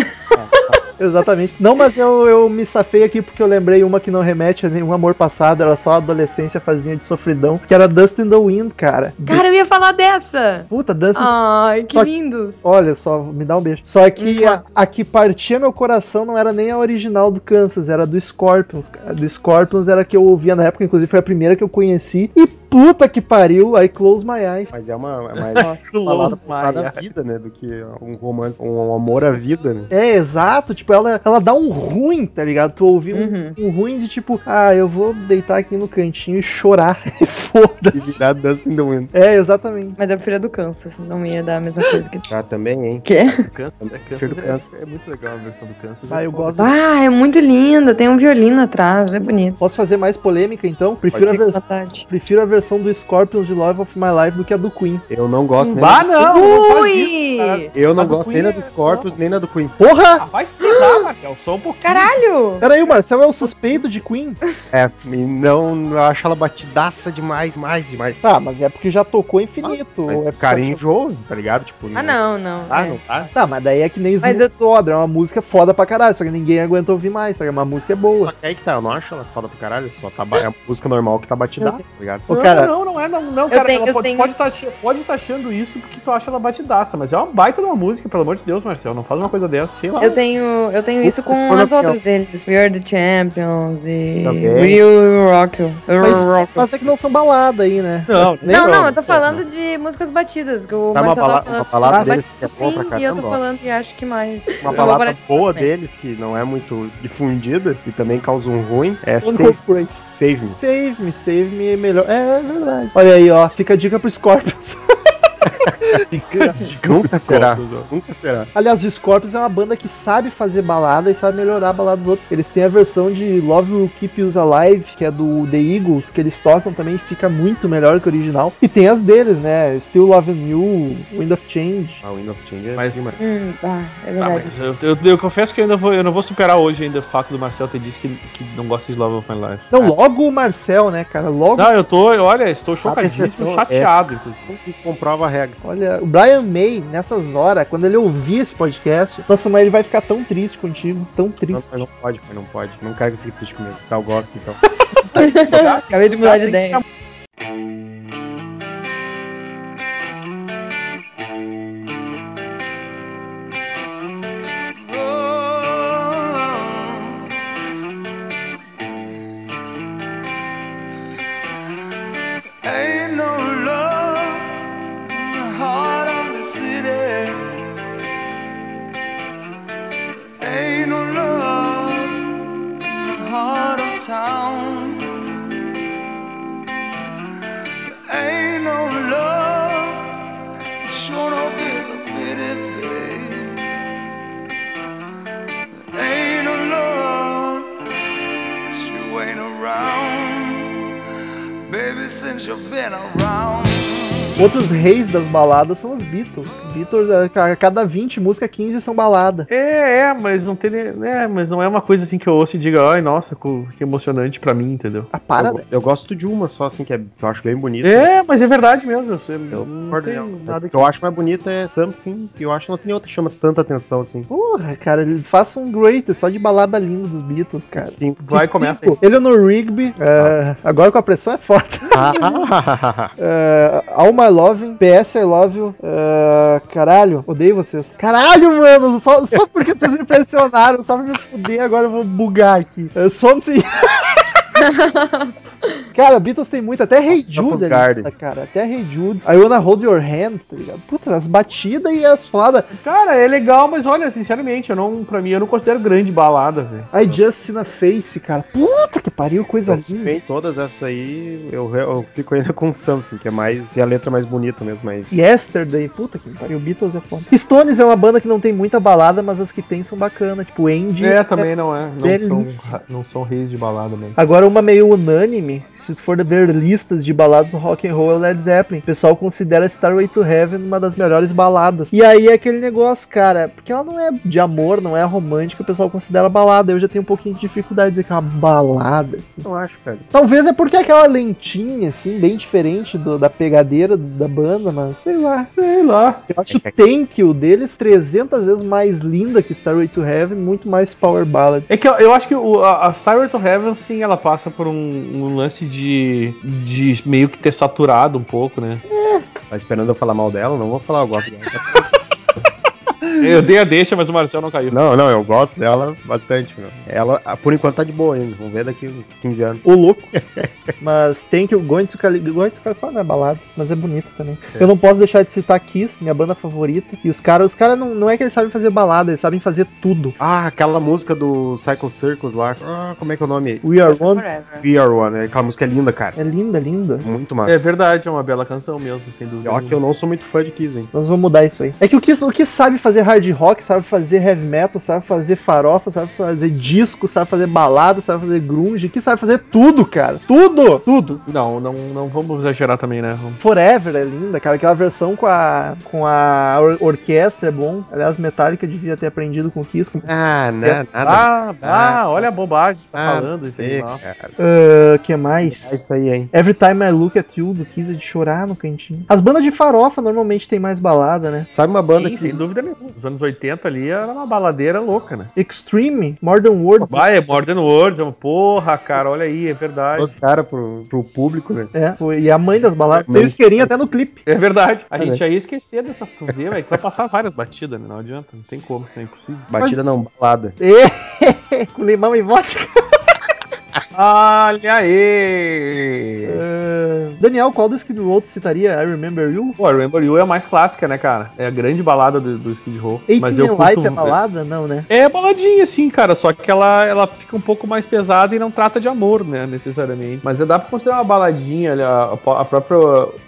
Speaker 2: Exatamente. Não, mas eu, eu me safei aqui porque eu lembrei uma que não remete a nenhum amor passado, era só adolescência fazinha de sofridão, que era Dust in the Wind, cara.
Speaker 5: Cara, eu ia falar dessa!
Speaker 2: Puta, Dust in
Speaker 5: Ai, que
Speaker 2: Só que-
Speaker 5: lindos!
Speaker 2: Olha só, me dá um beijo. Só que a, a que partia meu coração não era nem a original do Kansas, era do Scorpions. cara. Do Scorpions era a que eu ouvia na época, inclusive foi a primeira que eu conheci. E puta que pariu, I Close My Eyes.
Speaker 3: [LAUGHS] Mas é uma. É mais falada por cada vida, né? Do que um romance, um amor à
Speaker 2: [LAUGHS]
Speaker 3: vida, né?
Speaker 2: É, exato, tipo, ela, ela dá um ruim, tá ligado? Tu ouvir um-
Speaker 5: Uhum.
Speaker 2: um, ruim de tipo, ah, eu vou deitar aqui no cantinho e chorar. [LAUGHS] E foda-se.
Speaker 3: Visitar Dust in the Wind.
Speaker 2: É, exatamente.
Speaker 5: Mas eu prefiro a do Kansas, não ia dar a mesma coisa
Speaker 3: [LAUGHS]
Speaker 5: que.
Speaker 3: Ah, também, hein?
Speaker 5: Quê?
Speaker 4: Kansas, é,
Speaker 3: Prefiro
Speaker 4: Kansas
Speaker 3: Kansas.
Speaker 4: é, é muito legal a versão do Kansas.
Speaker 2: Ah,
Speaker 4: é
Speaker 2: eu
Speaker 4: foda.
Speaker 2: gosto.
Speaker 5: Ah, é muito linda, tem um violino atrás, é bonito.
Speaker 2: Posso fazer mais polêmica então? Prefiro a,
Speaker 3: Pode.
Speaker 2: vers-
Speaker 5: Boa tarde.
Speaker 2: prefiro a versão do Scorpions de Love of My Life do que a do Queen.
Speaker 3: Eu não gosto nem.
Speaker 4: Ah, não! não faz isso.
Speaker 5: Ui!
Speaker 3: Eu não
Speaker 4: A do
Speaker 3: gosto nem
Speaker 4: Queen
Speaker 3: da
Speaker 4: é
Speaker 3: dos Corpus, nem na do Queen.
Speaker 2: Porra!
Speaker 4: Ah, vai esperar, Raquel, só um pouquinho.
Speaker 5: Caralho!
Speaker 2: Peraí, o Marcel é o suspeito de Queen?
Speaker 3: É, e não eu acho ela batidaça demais, mais, demais.
Speaker 2: Tá, mas é porque já tocou infinito.
Speaker 3: Ah, Mas,
Speaker 2: é
Speaker 3: cara, enjoo, tá ligado? Tipo,
Speaker 5: Ah, não, não.
Speaker 3: Ah,
Speaker 5: é.
Speaker 3: não tá?
Speaker 2: Tá, mas daí é que nem
Speaker 5: Mas
Speaker 2: Smooth Odra, é uma música foda pra caralho, só que ninguém aguenta ouvir mais, sabe? Uma música é
Speaker 3: Só
Speaker 2: boa.
Speaker 3: que aí que tá, eu não acho ela foda pra caralho. Só tá, ba- é a música normal que tá batidaça, tá ligado?
Speaker 2: Ô,
Speaker 4: Não,
Speaker 2: cara-
Speaker 4: não, não é, não, não, cara.
Speaker 5: tenho- eu
Speaker 4: ela pode
Speaker 5: tenho-
Speaker 4: estar pode tá, acha- pode tá achando isso porque tu acha ela batidaça, mas é uma baita de uma música, pelo amor de Deus, Marcel. Não faz uma coisa dessa.
Speaker 3: Sei lá. né?
Speaker 5: Eu tenho, eu tenho isso com
Speaker 2: Escolha
Speaker 5: as
Speaker 2: fiel.
Speaker 5: outras deles. We Are the Champions e.
Speaker 3: Também.
Speaker 5: Will Rock. You.
Speaker 2: Mas,
Speaker 5: Rock You.
Speaker 2: mas é que não são balada aí, né?
Speaker 4: Não, nem
Speaker 5: Não, não,
Speaker 4: vamos,
Speaker 5: eu tô
Speaker 4: Marcel,
Speaker 5: falando de músicas batidas. Que o
Speaker 3: Dá uma
Speaker 5: Marcel
Speaker 3: bala-
Speaker 5: tava falando
Speaker 3: uma Tá balada
Speaker 5: das
Speaker 3: deles que é
Speaker 5: batidas,
Speaker 3: boa pra
Speaker 5: sim, E eu tô
Speaker 3: caramba.
Speaker 5: falando e acho que mais.
Speaker 3: Uma
Speaker 5: Eu vou
Speaker 3: palavra
Speaker 5: parar de
Speaker 3: boa
Speaker 5: falar também.
Speaker 3: deles, que não é muito difundida e também causa um ruim, é
Speaker 2: Stone
Speaker 3: Save,
Speaker 2: Cold Grace.
Speaker 3: save Me.
Speaker 2: Save me, save me é melhor. É, é verdade. Olha aí, ó, fica a dica pro Scorpions.
Speaker 3: Nunca
Speaker 4: assim,
Speaker 3: será. Nunca será.
Speaker 2: Aliás, o Scorpions é uma banda que sabe fazer balada e sabe melhorar a balada dos outros. Eles têm a versão de Love Will Keep You Alive, que é do The Eagles, que eles tocam também, fica muito melhor que o original. E tem as deles, né? Still Loving You, Wind of Change.
Speaker 3: A Wind of Change é
Speaker 4: Mas-
Speaker 3: prima.
Speaker 5: Hum, ah, é
Speaker 4: Tá,
Speaker 5: verdade.
Speaker 4: mas eu, eu- eu confesso que eu ainda vou, eu não vou superar hoje ainda o fato do Marcel ter dito que, que não gosta de Love of My Life.
Speaker 2: Não, Então, logo o Marcel, né, cara? Logo.
Speaker 4: Não, eu tô, olha, estou chocadíssimo,
Speaker 3: exceção
Speaker 4: chateado.
Speaker 3: é-
Speaker 4: inclusive.
Speaker 3: que comprova a regra.
Speaker 2: Olha, o Brian May, nessas horas, quando ele ouvir esse podcast, nossa, mas ele vai ficar tão triste contigo, tão
Speaker 3: Não,
Speaker 2: triste.
Speaker 3: mas não pode, mas não pode. Não quero que fique triste comigo. Tá, eu gosto então.
Speaker 5: Acabei de mudar de ideia.
Speaker 6: Oh. Ain't no love in the heart of the city. Ain't no love in the heart of town. Ain't no love. It sure up is a pity, babe. Ain't no love. 'cause You ain't around. Baby, since you've been around.
Speaker 2: Outros reis das baladas são os Beatles. Beatles, a a cada 20 músicas, 15 são balada.
Speaker 4: É, é, mas não tem, né, mas não é uma coisa assim que eu ouço e diga, ai, nossa, co- que emocionante pra mim, entendeu?
Speaker 2: A para,
Speaker 3: eu,
Speaker 2: né?
Speaker 3: eu gosto de uma só, assim, que, é- que eu acho bem bonita. assim,
Speaker 4: É, mas é verdade mesmo, eu, sei,
Speaker 3: Eu
Speaker 4: não
Speaker 3: concordo,
Speaker 4: tem
Speaker 3: não.
Speaker 4: nada
Speaker 3: O
Speaker 4: que
Speaker 3: que eu acho mais bonita é Something, que eu acho que não tem outra que chama tanta atenção assim.
Speaker 2: Porra, cara, ele faça um great só de balada linda dos Beatles, cara.
Speaker 3: Sim.
Speaker 4: vai começa aí.
Speaker 2: Cinco, Eleanor Rigby, é, agora com a pressão é forte.
Speaker 3: [LAUGHS]
Speaker 2: É, All My Loving, PS I Love You, é, caralho, odeio vocês. Caralho, mano, só, só porque vocês me pressionaram, só pra me fuder, agora eu vou bugar aqui. É, Something, Cara, Beatles tem muito, até Hey Jude ali, tá, cara, até Hey Jude. I Wanna Hold Your Hand, tá ligado? Puta, as batidas e as faladas.
Speaker 4: Cara, é legal, mas olha, sinceramente, eu não, pra mim, eu não considero grande balada, velho.
Speaker 2: I Just See Na Face, cara. Puta que pariu, coisa eu linda.
Speaker 3: Bem, todas essas aí, eu, eu fico ainda com Something, que é mais, que é a letra mais bonita mesmo, mas...
Speaker 2: Yesterday, puta que pariu, Beatles é foda. Stones é uma banda que não tem muita balada, mas as que tem são bacanas, tipo Andy.
Speaker 4: É, também é não é, não belíssimo. são, não são reis de balada mesmo.
Speaker 2: Agora uma meio unânime, se for ver listas de baladas rock and roll é Led Zeppelin. O pessoal considera Starway to Heaven uma das melhores baladas. E aí é aquele negócio, cara, porque ela não é de amor, não é romântica, o pessoal considera balada. Eu já tenho um pouquinho de dificuldade de dizer que é uma balada, assim.
Speaker 3: Eu acho, cara.
Speaker 2: Talvez é porque é aquela lentinha, assim, bem diferente do, da pegadeira da banda, mas sei lá.
Speaker 4: Sei lá.
Speaker 2: Eu acho o Thank You deles 300 vezes mais linda que Starway to Heaven, muito mais power ballad.
Speaker 4: É que eu, eu acho que o, a, a Starway to Heaven, sim, ela passa por um, um lance de, de meio que ter saturado um pouco, né?
Speaker 3: Tá esperando eu falar mal dela? Não vou falar, eu gosto dela.
Speaker 4: Eu dei a deixa, mas o Marcel não caiu.
Speaker 3: [LAUGHS] Não, não, eu gosto dela bastante, meu. Ela, por enquanto, tá de boa ainda. Vamos ver daqui uns 15 anos.
Speaker 2: Ô, louco. mas tem que o Goins California é balada, mas é bonita também. É. Eu não posso deixar de citar Kiss, minha banda favorita. E os caras, os caras não, não é que eles sabem fazer balada, eles sabem fazer tudo.
Speaker 3: Ah, aquela música do Cycle Circus lá. Ah, como é que é o nome?
Speaker 2: We Are One.
Speaker 3: We Are One. Aquela música é linda, cara.
Speaker 2: É linda, linda.
Speaker 3: Muito massa.
Speaker 4: É verdade, é uma bela canção mesmo, sem dúvida.
Speaker 3: Ó, que eu não sou muito fã de Kiss, hein.
Speaker 2: Nós vamos mudar isso aí. É que o Kiss, o Kiss sabe fazer fazer hard rock, sabe fazer heavy metal, sabe fazer farofa, sabe fazer disco, sabe fazer balada, sabe fazer grunge, que sabe fazer tudo, cara. Tudo! Tudo!
Speaker 4: Não, não, não vamos exagerar também, né? Vamos...
Speaker 2: Forever é linda, cara. Aquela versão com a, com a or orquestra é bom. Aliás, Metallica devia ter aprendido com o Kiss. Com...
Speaker 3: Ah, né?
Speaker 4: Ah, nada. Ah, ah, olha a bobagem que você tá ah, falando isso aí,
Speaker 2: O uh, que mais?
Speaker 3: É isso aí, hein?
Speaker 2: Every Time I Look At You, do Kiss, é de chorar no cantinho. As bandas de farofa normalmente tem mais balada, né?
Speaker 4: Sabe uma banda Sim, que... sem dúvida nenhuma os anos 80 ali era uma baladeira louca, né?
Speaker 2: Extreme, Modern Words.
Speaker 4: Vai, é Modern Words, é uma porra, cara, olha aí, é verdade.
Speaker 3: Os caras pro, pro público, né?
Speaker 2: É, foi, e a mãe das baladas. Tem isqueirinha até no clipe. [LAUGHS]
Speaker 4: É verdade. A é gente né? ia esquecer dessas, tu vê, velho, que vai passar várias batidas, né? Não adianta, não tem como, é impossível.
Speaker 3: Batida não, balada.
Speaker 2: É, Com limão e vodka.
Speaker 4: Olha aí!
Speaker 2: Uh, Daniel, qual do Skid Row tu citaria? I Remember You?
Speaker 4: Pô, I Remember You é a mais clássica, né, cara? É a grande balada do, do Skid Row.
Speaker 2: Mas eu curto... Light é balada? Não, né?
Speaker 4: É baladinha, sim, cara. Só que ela, ela fica um pouco mais pesada e não trata de amor, né, necessariamente. Mas dá pra considerar uma baladinha. A, a própria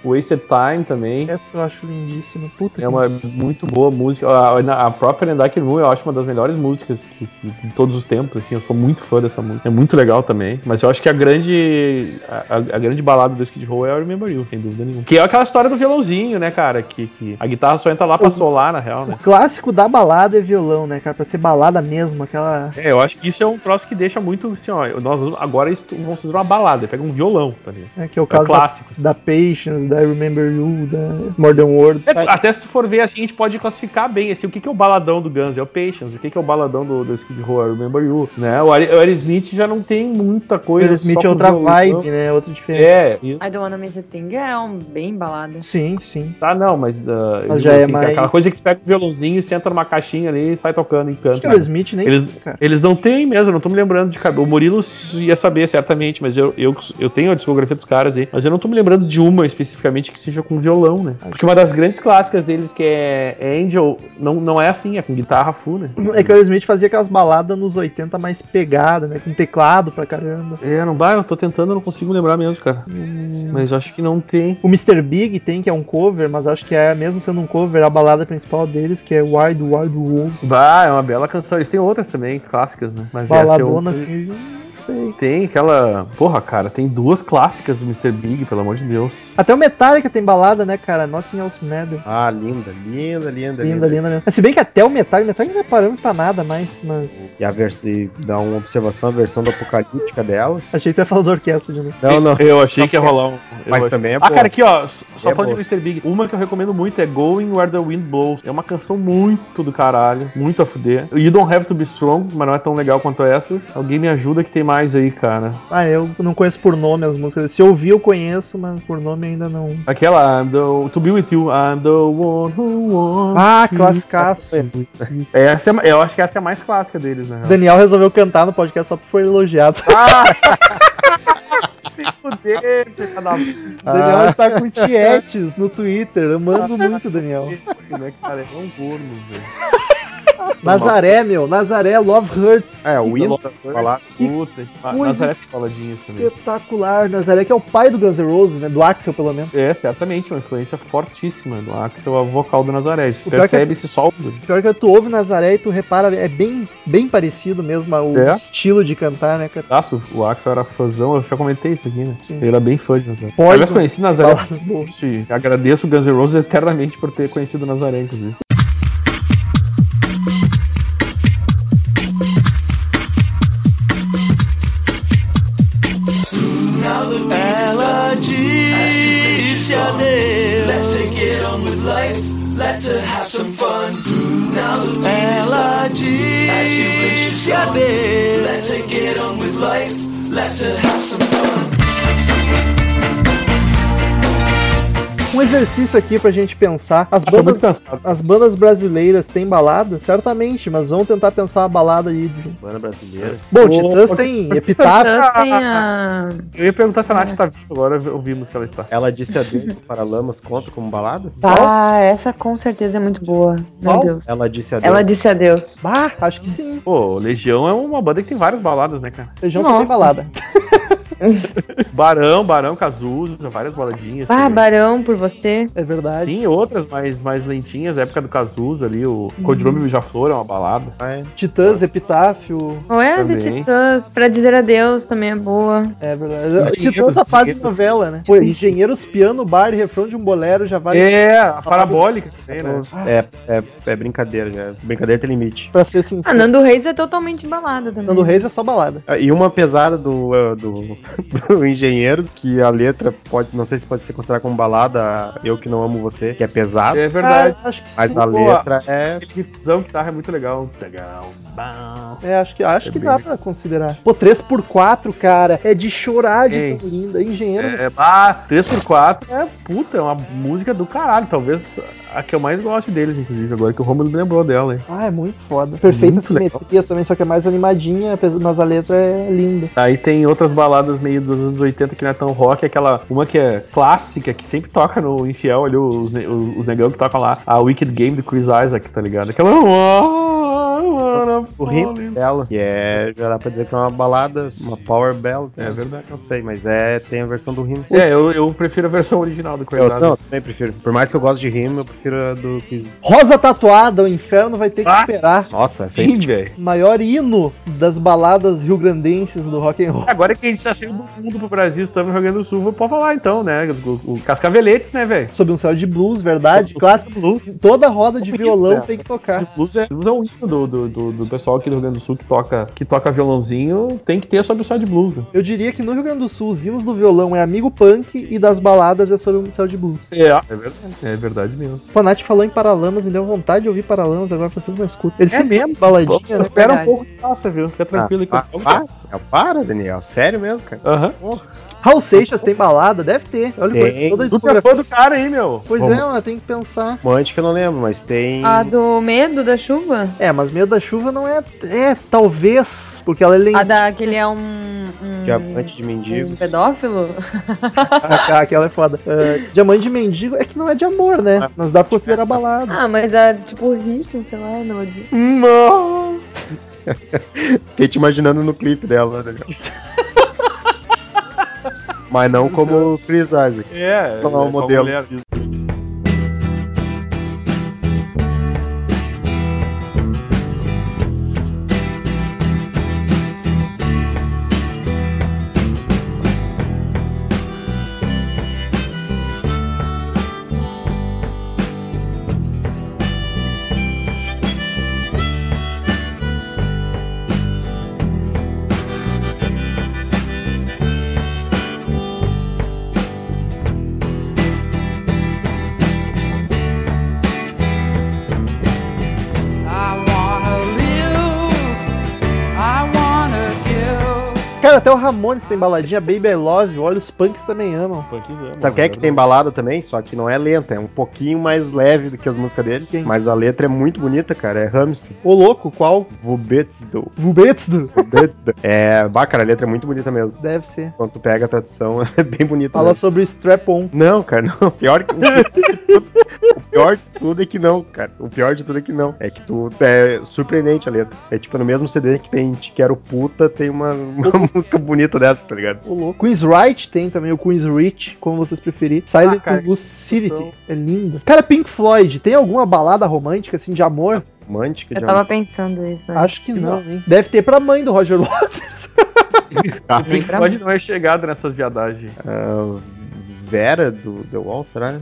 Speaker 4: Wasted Time também.
Speaker 2: Essa eu acho lindíssima. Puta
Speaker 4: é uma que... muito boa música. A, a, a própria Nendak Moon eu acho uma das melhores músicas que, que, de todos os tempos, assim. Eu sou muito fã dessa música. É muito legal também. Também, mas eu acho que a grande a, a, grande balada do Skid Row é o Remember You, sem dúvida nenhuma. Que é aquela história do violãozinho, né, cara? Que, que a guitarra só entra lá pra o, solar, na real, né?
Speaker 2: O clássico da balada é violão, né, cara? Pra ser balada mesmo, aquela...
Speaker 4: É, eu acho que isso é um troço que deixa muito, assim, ó... Nós agora isso, vamos fazer uma balada, pega um violão, tá ligado?
Speaker 2: É, que é o caso é clássico, da, assim. da, Patience, da Remember You, da Modern World.
Speaker 4: É, até se tu for ver, assim, a gente pode classificar bem, assim, o que, que é o baladão do Guns? É o Patience. O que, que é o baladão do, do Skid Row? É o Remember You, né? O Aerosmith já não tem muita coisa.
Speaker 2: Aerosmith é outra violão. vibe, né? Outra diferença.
Speaker 4: É.
Speaker 5: Isso. I Don't Wanna Miss a Thing é um bem balada.
Speaker 2: Sim, sim.
Speaker 4: Tá, não, mas... Uh,
Speaker 2: mas já assim, é mais...
Speaker 4: Aquela coisa que tu pega o um violãozinho, senta numa caixinha ali e sai tocando e canta.
Speaker 2: Aerosmith nem...
Speaker 4: Eles, cara. eles não têm mesmo, eu não tô me lembrando de cabelo. O Murilo ia saber certamente, mas eu, eu, eu tenho a discografia dos caras aí, mas eu não tô me lembrando de uma especificamente que seja com violão, né? Porque uma das grandes clássicas deles que é Angel, não, não é assim, é com guitarra full, né?
Speaker 2: É que o Aerosmith fazia aquelas baladas nos 80 mais pegadas, né? Com teclado pra caramba.
Speaker 4: É, não vai, eu tô tentando, eu não consigo lembrar mesmo, cara. Hum. Mas acho que não tem.
Speaker 2: O Mr. Big tem, que é um cover, mas acho que é, mesmo sendo um cover, a balada principal deles, que é Wild Wild World.
Speaker 4: Bah, é uma bela canção. Eles têm outras também, clássicas, né?
Speaker 2: Mas Baladona, essa é outra... assim...
Speaker 4: Sei. Tem aquela. Porra, cara, tem duas clássicas do Mr. Big, pelo amor de Deus.
Speaker 2: Até o Metallica tem balada, né, cara? Nothing Else Matters.
Speaker 3: Ah, linda, linda, linda,
Speaker 2: linda. Linda, linda, linda. Mas, se bem que até o Metallica, Metallica não é parando pra nada mais, mas.
Speaker 3: E a versão. dá uma observação, a versão da apocalíptica [LAUGHS] dela.
Speaker 2: Achei que tu ia falar do orquestra de novo.
Speaker 4: Não, não. Eu achei que ia rolar um.
Speaker 3: Eu mas achei... também é
Speaker 4: Ah, cara, aqui, ó, só é falando boa. de Mr. Big, uma que eu recomendo muito é Going Where the Wind Blows. É uma canção muito do caralho, muito a fuder. You Don't Have to Be Strong, mas não é tão legal quanto essas. Alguém me ajuda que tem mais mais aí, cara?
Speaker 2: Ah, eu não conheço por nome as músicas. Se eu ouvir, eu conheço, mas por nome ainda não.
Speaker 4: Aquela, I'm the, To Be With You, I'm the one who wants
Speaker 2: Ah, classicaço.
Speaker 4: Essa é, eu acho que essa é a mais clássica deles, né?
Speaker 2: Daniel resolveu cantar no podcast só porque foi elogiado. Ah!
Speaker 4: [LAUGHS] sempre, é cada
Speaker 2: [LAUGHS] Daniel está com tietes no Twitter. Eu mando
Speaker 4: Ah.
Speaker 2: muito,
Speaker 4: [LAUGHS]
Speaker 2: Daniel.
Speaker 4: Isso, né, cara? É um gordo, velho.
Speaker 2: Nazaré, meu. Nazaré, Love Hurts.
Speaker 3: É, o Will falar.
Speaker 4: Puta, que é
Speaker 2: coisa
Speaker 4: Nazaré faladinha também.
Speaker 2: espetacular. Nazaré, que é o pai do Guns N' Roses, né? Do Axel, pelo menos.
Speaker 4: É, certamente, uma influência fortíssima do Axel, a vocal do Nazaré. Tu percebe esse sol.
Speaker 2: Pior que tu ouve Nazaré e tu repara, é bem, bem parecido mesmo o
Speaker 4: É?
Speaker 2: estilo de cantar, né, cara?
Speaker 4: Nossa, o Axel era fãzão, eu já comentei isso aqui, né?
Speaker 2: Sim.
Speaker 4: Ele era bem fã de Nazaré.
Speaker 2: Poison.
Speaker 4: Aliás, conheci Nazaré
Speaker 2: Fala.
Speaker 4: por isso e agradeço o Guns N' Roses eternamente por ter conhecido Nazaré, inclusive.
Speaker 6: Ela disse adeus. Ela disse adeus.
Speaker 2: Um exercício aqui pra gente pensar. As
Speaker 4: Ah, tô muito
Speaker 2: bandas,
Speaker 4: cansado.
Speaker 2: as bandas brasileiras têm balada? Certamente, mas vamos tentar pensar uma balada aí. de-
Speaker 3: Banda brasileira.
Speaker 2: Bom,
Speaker 4: Ô,
Speaker 2: Titãs
Speaker 4: ô,
Speaker 2: tem
Speaker 4: Titãs
Speaker 2: Epitácio.
Speaker 5: Titãs tem a.
Speaker 4: Eu ia perguntar se a Nath tá viva, agora ouvimos que ela está.
Speaker 3: Ela disse adeus para Lamas conta como balada?
Speaker 5: Ah, essa com certeza é muito boa. Meu
Speaker 2: Qual?
Speaker 5: Deus.
Speaker 3: Ela disse adeus.
Speaker 5: Ela disse adeus.
Speaker 2: Ah, acho que sim.
Speaker 4: Pô, Legião é uma banda que tem várias baladas, né, cara?
Speaker 2: Feijão só tem
Speaker 5: Nossa.
Speaker 2: balada.
Speaker 4: Barão, Barão, Cazuza, várias baladinhas.
Speaker 5: Ah,
Speaker 4: também.
Speaker 5: Barão, por você.
Speaker 2: É verdade.
Speaker 4: Sim, outras mais, mais lentinhas, época do Cazuza ali, o Codinome Beija-Flor é uma balada.
Speaker 3: Ah, é.
Speaker 2: Titãs, Epitáfio.
Speaker 5: Ou é do
Speaker 4: Também.
Speaker 5: Titãs. Pra dizer adeus também é boa.
Speaker 2: É verdade.
Speaker 4: Engenheiros,
Speaker 2: Titãs a parte de
Speaker 4: engenheiros.
Speaker 2: novela, né? Pô, engenheiros, piano, bar, refrão de um bolero já vale
Speaker 4: É, a Parabólica também, né?
Speaker 3: É, é, é brincadeira, já. Brincadeira tem limite.
Speaker 2: pra ser
Speaker 5: Ah,
Speaker 2: sincero.
Speaker 5: Nando Reis é totalmente balada também.
Speaker 2: Nando Reis é só balada.
Speaker 3: Ah, E uma pesada do, eh, do, [LAUGHS] do Engenheiros, que a letra pode, não sei se pode ser considerada como balada, Eu Que Não Amo Você, que é pesada,
Speaker 4: É verdade.
Speaker 2: Ah, acho que sim.
Speaker 3: mas a
Speaker 4: boa.
Speaker 3: letra é.
Speaker 4: Esse riffzão que guitarra é muito legal. Tagau, bau.
Speaker 2: É, acho que, acho
Speaker 4: É
Speaker 2: que
Speaker 4: bem
Speaker 2: dá
Speaker 4: legal.
Speaker 2: pra considerar. Pô, 3x4, cara. É de chorar de
Speaker 4: Ei.
Speaker 2: tão linda. Engenheiro.
Speaker 4: É, ah, 3x4 é puta, é uma música do caralho. Talvez a que eu mais gosto deles, inclusive, agora que o Romulo me lembrou dela, hein?
Speaker 2: Ah, é muito foda. Perfeita
Speaker 4: Muito legal.
Speaker 2: simetria também, só que é mais animadinha, apesar- mas a letra é linda.
Speaker 4: Aí tem outras baladas meio dos anos 80 que não é tão rock, aquela uma que é clássica, que sempre toca no Infiel ali, os, ne- os negão que toca lá, a Wicked Game do Chris Isaac, tá ligado? Aquela.
Speaker 3: O ritmo dela, que é, já dá pra dizer que é uma balada, uma power ballad. né?
Speaker 4: É verdade.
Speaker 3: Não sei, mas é, tem a versão do rimo.
Speaker 4: É, eu, eu prefiro a versão original do Chris
Speaker 3: Eu, não, eu
Speaker 4: Isaac.
Speaker 3: também prefiro. Por mais que eu goste de rimo, eu prefiro a do que.
Speaker 2: Rosa Tatuada, o inferno vai ter que
Speaker 4: Ah.
Speaker 2: esperar.
Speaker 3: Nossa, essa aí.
Speaker 4: Sim, velho.
Speaker 2: Maior hino das baladas rio-grandenses do rock and roll.
Speaker 4: Agora que a gente já saiu do mundo pro Brasil, estamos no Rio Grande do Sul, pode falar então, né? O, o Cascaveletes, né, velho?
Speaker 2: Sob um céu de blues, verdade, clássico.
Speaker 4: Blues.
Speaker 2: Toda roda de violão
Speaker 4: é.
Speaker 2: tem que
Speaker 4: De
Speaker 2: tocar.
Speaker 4: blues é, blues é um hino do, do, do, do pessoal aqui do Rio Grande do Sul que toca, que toca violãozinho, tem que ter sobre o só de blues, né?
Speaker 2: Eu diria que no Rio Grande do Sul, os hinos do violão é Amigo Punk e das baladas é Sob um céu de blues.
Speaker 4: É, é verdade, é verdade mesmo.
Speaker 2: Pô, a Nath falou em Paralamas, me deu vontade de obaladinha, ouvir Paralamas, agora que eu sempre não escuto. Eles
Speaker 4: É
Speaker 2: sempre
Speaker 4: mesmo?
Speaker 2: baladinha, né?
Speaker 4: Espera um
Speaker 5: Verdade.
Speaker 4: pouco que passa, viu? Fica tranquilo então.
Speaker 3: Ah,
Speaker 4: que eu
Speaker 3: ah, ah, para, Daniel. Sério mesmo, cara.
Speaker 4: Aham.
Speaker 2: Raul Seixas tem balada? Deve ter. Olha,
Speaker 3: Tem.
Speaker 2: conheço toda a
Speaker 4: Tu é
Speaker 2: discografia.
Speaker 4: fã do cara aí, meu.
Speaker 2: Pois
Speaker 3: Vamos.
Speaker 2: é, mas tem que pensar.
Speaker 3: Monte que eu não lembro, mas tem.
Speaker 5: A do Medo da Chuva?
Speaker 2: É, mas Medo da Chuva não é... É, talvez, porque ela é
Speaker 5: A
Speaker 2: lentinha.
Speaker 5: daquele é um. um...
Speaker 3: Diamante de
Speaker 5: Um
Speaker 3: mendigo.
Speaker 5: pedófilo?
Speaker 2: Aquela é foda. É, Diamante de Mendigo é que não é de amor, né? Mas dá pra considerar balada.
Speaker 5: [LAUGHS] Ah, mas é tipo o ritmo, sei lá, melodia.
Speaker 4: Não.
Speaker 3: Fiquei te imaginando no clipe dela, Daniel. Mas não como o Chris Isaac.
Speaker 4: É,
Speaker 3: Olha lá o
Speaker 4: é, com a
Speaker 3: modelo.
Speaker 4: mulher.
Speaker 2: Cara, até o Ramones tem baladinha, Baby I Love, olha, os punks também amam.
Speaker 4: Punks amam,
Speaker 3: Sabe quem é que tem balada também? Só que não é lenta, é um pouquinho mais leve do que as músicas deles.
Speaker 2: Quem?
Speaker 3: Mas a letra é muito bonita, cara. É Hamster.
Speaker 2: Ô louco, qual?
Speaker 3: Vubetsdo.
Speaker 2: Vubetsdo?
Speaker 3: Vubetsdo. é, bah, cara, a letra é muito bonita mesmo.
Speaker 2: Deve ser.
Speaker 3: Quando tu pega a tradução, [LAUGHS] é bem bonita.
Speaker 2: Fala
Speaker 3: mesmo.
Speaker 2: sobre strap-on.
Speaker 3: Não, cara, não. O pior, que... [LAUGHS] o pior de tudo é que não, cara. O pior de tudo é que não. É que tu é surpreendente a letra. É tipo no mesmo CD que tem Te Quero Puta, tem uma, uma [LAUGHS] música bonita dessa, tá ligado?
Speaker 2: Ô louco. Queen's Right tem também, o Queen's Reach, como vocês preferirem. Silent
Speaker 3: cara, que
Speaker 2: Lucidity.
Speaker 3: discussão.
Speaker 2: É lindo. Cara, Pink Floyd, tem alguma balada romântica, assim, de amor?
Speaker 3: Romântica
Speaker 5: Eu
Speaker 3: de
Speaker 5: tava pensando isso. né?
Speaker 2: Acho que não, hein? Deve ter pra mãe do Roger Waters.
Speaker 3: Ah,
Speaker 5: Nem pra
Speaker 4: Pode não é chegado nessas viadagens.
Speaker 3: ah, Vera do The Wall, será?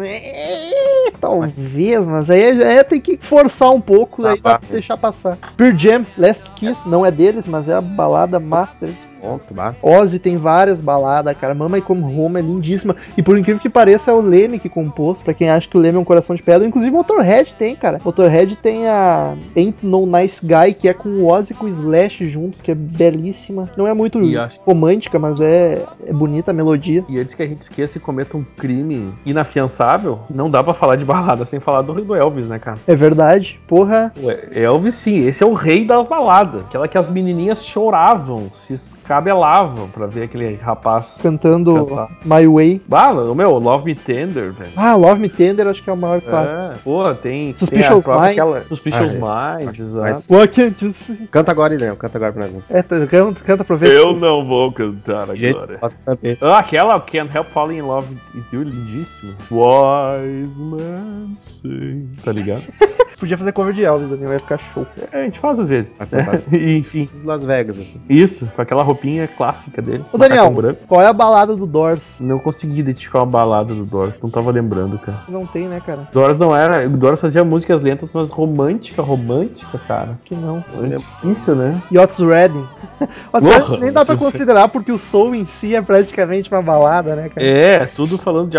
Speaker 2: É, Talvez, mas aí é, é, tem que forçar um pouco,
Speaker 3: Ah,
Speaker 2: aí dá
Speaker 3: tá.
Speaker 2: pra deixar passar. Pearl Jam, Last Kiss, não é deles, mas é a balada master.
Speaker 3: Ponto, bah.
Speaker 2: Ozzy tem várias baladas, cara. Mama e Come Home é lindíssima. E por incrível que pareça, é o Leme que compôs. Pra quem acha que o Leme é um coração de pedra. Inclusive, Motorhead tem, cara. Motorhead tem a Ain't No Nice Guy, que é com o Ozzy e com o Slash juntos, que é belíssima. Não é muito
Speaker 4: E acho-
Speaker 2: romântica, mas é, é bonita a melodia.
Speaker 4: E antes que a gente esqueça e cometa um crime inafiançável, não dá pra falar de balada sem falar do, do Elvis, né, cara?
Speaker 2: É verdade. Porra,
Speaker 4: Ué, Elvis, sim, esse é o rei das baladas. Aquela que as menininhas choravam, se escabelavam pra ver aquele rapaz
Speaker 2: cantando
Speaker 4: cantar.
Speaker 2: My Way.
Speaker 4: Bala, meu, Love Me Tender, velho.
Speaker 2: Ah, Love Me Tender acho que é o maior clássico.
Speaker 4: É, porra, tem.
Speaker 2: Suspicious
Speaker 4: tem a própria
Speaker 2: Minds.
Speaker 4: Suspicious Minds,
Speaker 3: Acho-
Speaker 4: exato.
Speaker 2: What can't you see?
Speaker 3: Canta agora, Idão, canta agora pra nós.
Speaker 2: É, tá, canta, canta pra ver.
Speaker 4: não vou cantar Ah, aquela Can't Help Falling in Love with You, lindíssimo. Wise Man Sing. Tá ligado?
Speaker 2: Podia fazer cover de Elvis, Daniel, ia ficar show.
Speaker 4: É, a gente faz às vezes.
Speaker 3: É
Speaker 4: [LAUGHS]
Speaker 3: fantástico.
Speaker 4: Enfim,
Speaker 3: Dos Las Vegas, assim.
Speaker 4: isso, com aquela roupinha clássica dele.
Speaker 2: Ô, Daniel,
Speaker 4: macacão branco.
Speaker 2: qual é a balada do Doors?
Speaker 4: Não consegui identificar uma balada do Doris, não tava lembrando, cara.
Speaker 2: Não tem, né, cara?
Speaker 4: Doris não era. O Doris fazia músicas lentas, mas romântica, romântica, cara.
Speaker 2: Que não.
Speaker 4: É difícil, né?
Speaker 2: Yots Redding. [LAUGHS] Yots
Speaker 4: Porra,
Speaker 2: Redding nem dá pra
Speaker 4: isso-
Speaker 2: considerar porque o soul em si é praticamente uma balada, né, cara?
Speaker 4: É, tudo falando de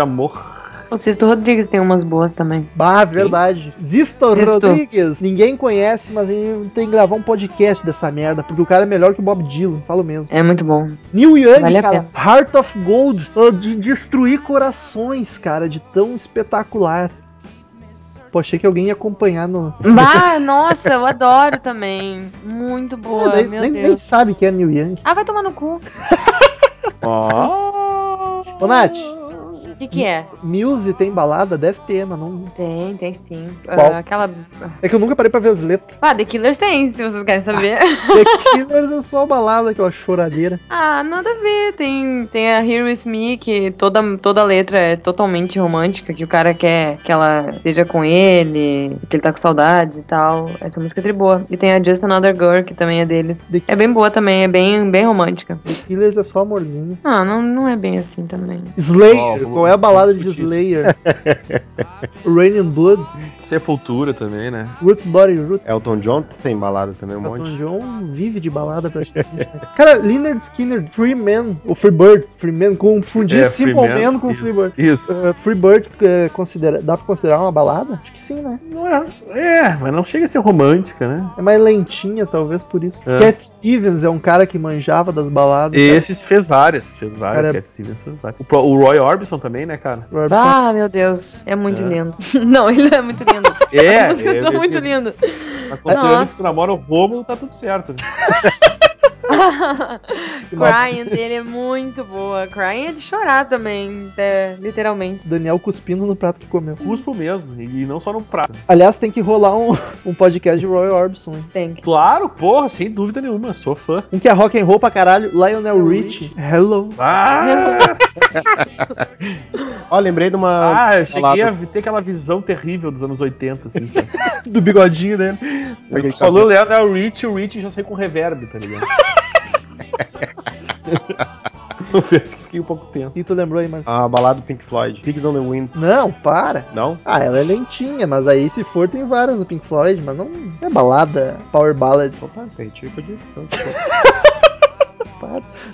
Speaker 2: Ah.
Speaker 4: amor.
Speaker 5: O Sisto Rodrigues tem umas boas também.
Speaker 2: Bah, verdade. Zisto
Speaker 5: Zisto.
Speaker 2: Rodrigues. Ninguém conhece, mas ele tem que gravar um podcast dessa merda, porque o cara é melhor que o Bob Dylan, falo mesmo.
Speaker 5: É muito bom.
Speaker 2: Neil Young,
Speaker 5: Vale a
Speaker 2: cara, Heart of Gold, ó, de destruir corações, cara, de tão espetacular. Pô, achei que alguém ia acompanhar no.
Speaker 5: Bah, [LAUGHS] nossa, eu adoro também. Muito
Speaker 2: [LAUGHS]
Speaker 5: boa,
Speaker 2: Ah, nem,
Speaker 5: meu
Speaker 2: nem- nem
Speaker 5: Deus.
Speaker 2: sabe que é Neil Young.
Speaker 5: Ah, vai tomar no cu.
Speaker 4: [LAUGHS] Ó.
Speaker 2: Ô, Nath,
Speaker 5: O que que é?
Speaker 2: Muse tem balada? Deve ter, mas não.
Speaker 5: Tem, tem sim.
Speaker 2: Qual?
Speaker 5: Ah, aquela...
Speaker 2: É que eu nunca parei pra ver as letras.
Speaker 5: Ah, The Killers tem, se vocês querem saber. [LAUGHS]
Speaker 2: The Killers é só balada, aquela choradeira.
Speaker 5: Ah, nada a ver. Tem, tem a Here With Me, que toda, toda letra é totalmente romântica, que o cara quer que ela esteja com ele, que ele tá com saudades e tal. Essa música é tri boa. E tem a Just Another Girl, que também é deles.
Speaker 2: The
Speaker 5: É bem boa também, é bem, bem romântica.
Speaker 2: Killers é só amorzinho.
Speaker 5: Ah, não, não é bem assim também.
Speaker 4: Ó,
Speaker 2: Slayer,
Speaker 4: vou-
Speaker 2: qual é a balada
Speaker 4: vou
Speaker 2: de
Speaker 4: discutir
Speaker 2: Slayer? [LAUGHS] Rain and Blood,
Speaker 4: Sepultura também, né?
Speaker 2: Roots Body Roots.
Speaker 3: Elton John tem balada também, um monte.
Speaker 2: Elton John vive de balada praticamente. Cara, Leonard Skinner, Free Man, ou Free Bird, Free Man, confundir
Speaker 4: É,
Speaker 2: Simple
Speaker 4: Freeman,
Speaker 2: Man com
Speaker 4: isso,
Speaker 2: Free Bird.
Speaker 4: Isso.
Speaker 2: Uh, Free Bird, eh, considera, dá pra considerar uma balada? Acho que sim, né?
Speaker 4: Não é, é, mas não chega a ser romântica, né?
Speaker 2: É mais lentinha, talvez por isso.
Speaker 4: É.
Speaker 2: Cat Stevens é um cara que manjava das baladas.
Speaker 4: E esse fez várias, fez várias,
Speaker 2: Cara,
Speaker 4: Cat Stevens fez várias. O, Pro- o Roy Orbison também, né, [LAUGHS] cara?
Speaker 2: Cara. Robson.
Speaker 5: Ah, meu Deus, é muito
Speaker 4: É.
Speaker 5: lindo. [LAUGHS] Não, ele é muito lindo.
Speaker 4: É,
Speaker 5: As músicas são muito lindas.
Speaker 4: [LAUGHS]
Speaker 5: [LAUGHS]
Speaker 4: Mas considerando
Speaker 5: Nossa.
Speaker 4: que tu namora o Rômulo, tá tudo certo. né?
Speaker 5: Crying dele é muito boa. Crying é de chorar também, é, literalmente.
Speaker 2: Daniel cuspindo no prato que comeu.
Speaker 4: Cuspo mesmo, e não só no prato.
Speaker 2: Aliás, tem que rolar um, [LAUGHS] um podcast de Roy Orbison. hein?
Speaker 5: Tem.
Speaker 4: Claro, porra, sem dúvida nenhuma, sou fã.
Speaker 2: Um que é rock and roll pra caralho, Lionel Richie. Hello.
Speaker 4: Ah,
Speaker 3: Ó, lembrei de uma.
Speaker 4: ah, eu cheguei a ter aquela visão terrível dos anos 80, assim, sabe?
Speaker 2: Do bigodinho dele.
Speaker 3: Aquele
Speaker 4: Falou é o Leonel Rich, o Rich já saiu com reverb,
Speaker 3: [LAUGHS]
Speaker 4: tá ligado? Confesso que fiquei um pouco tenso.
Speaker 2: E tu lembrou aí, mas.
Speaker 3: A balada do Pink Floyd. Pigs on the Wind.
Speaker 2: Não, para.
Speaker 3: Não?
Speaker 2: Ah, ela é lentinha, mas aí se for tem várias do Pink Floyd, mas não é balada, power ballad.
Speaker 3: Opa, tem tipo disso. Então,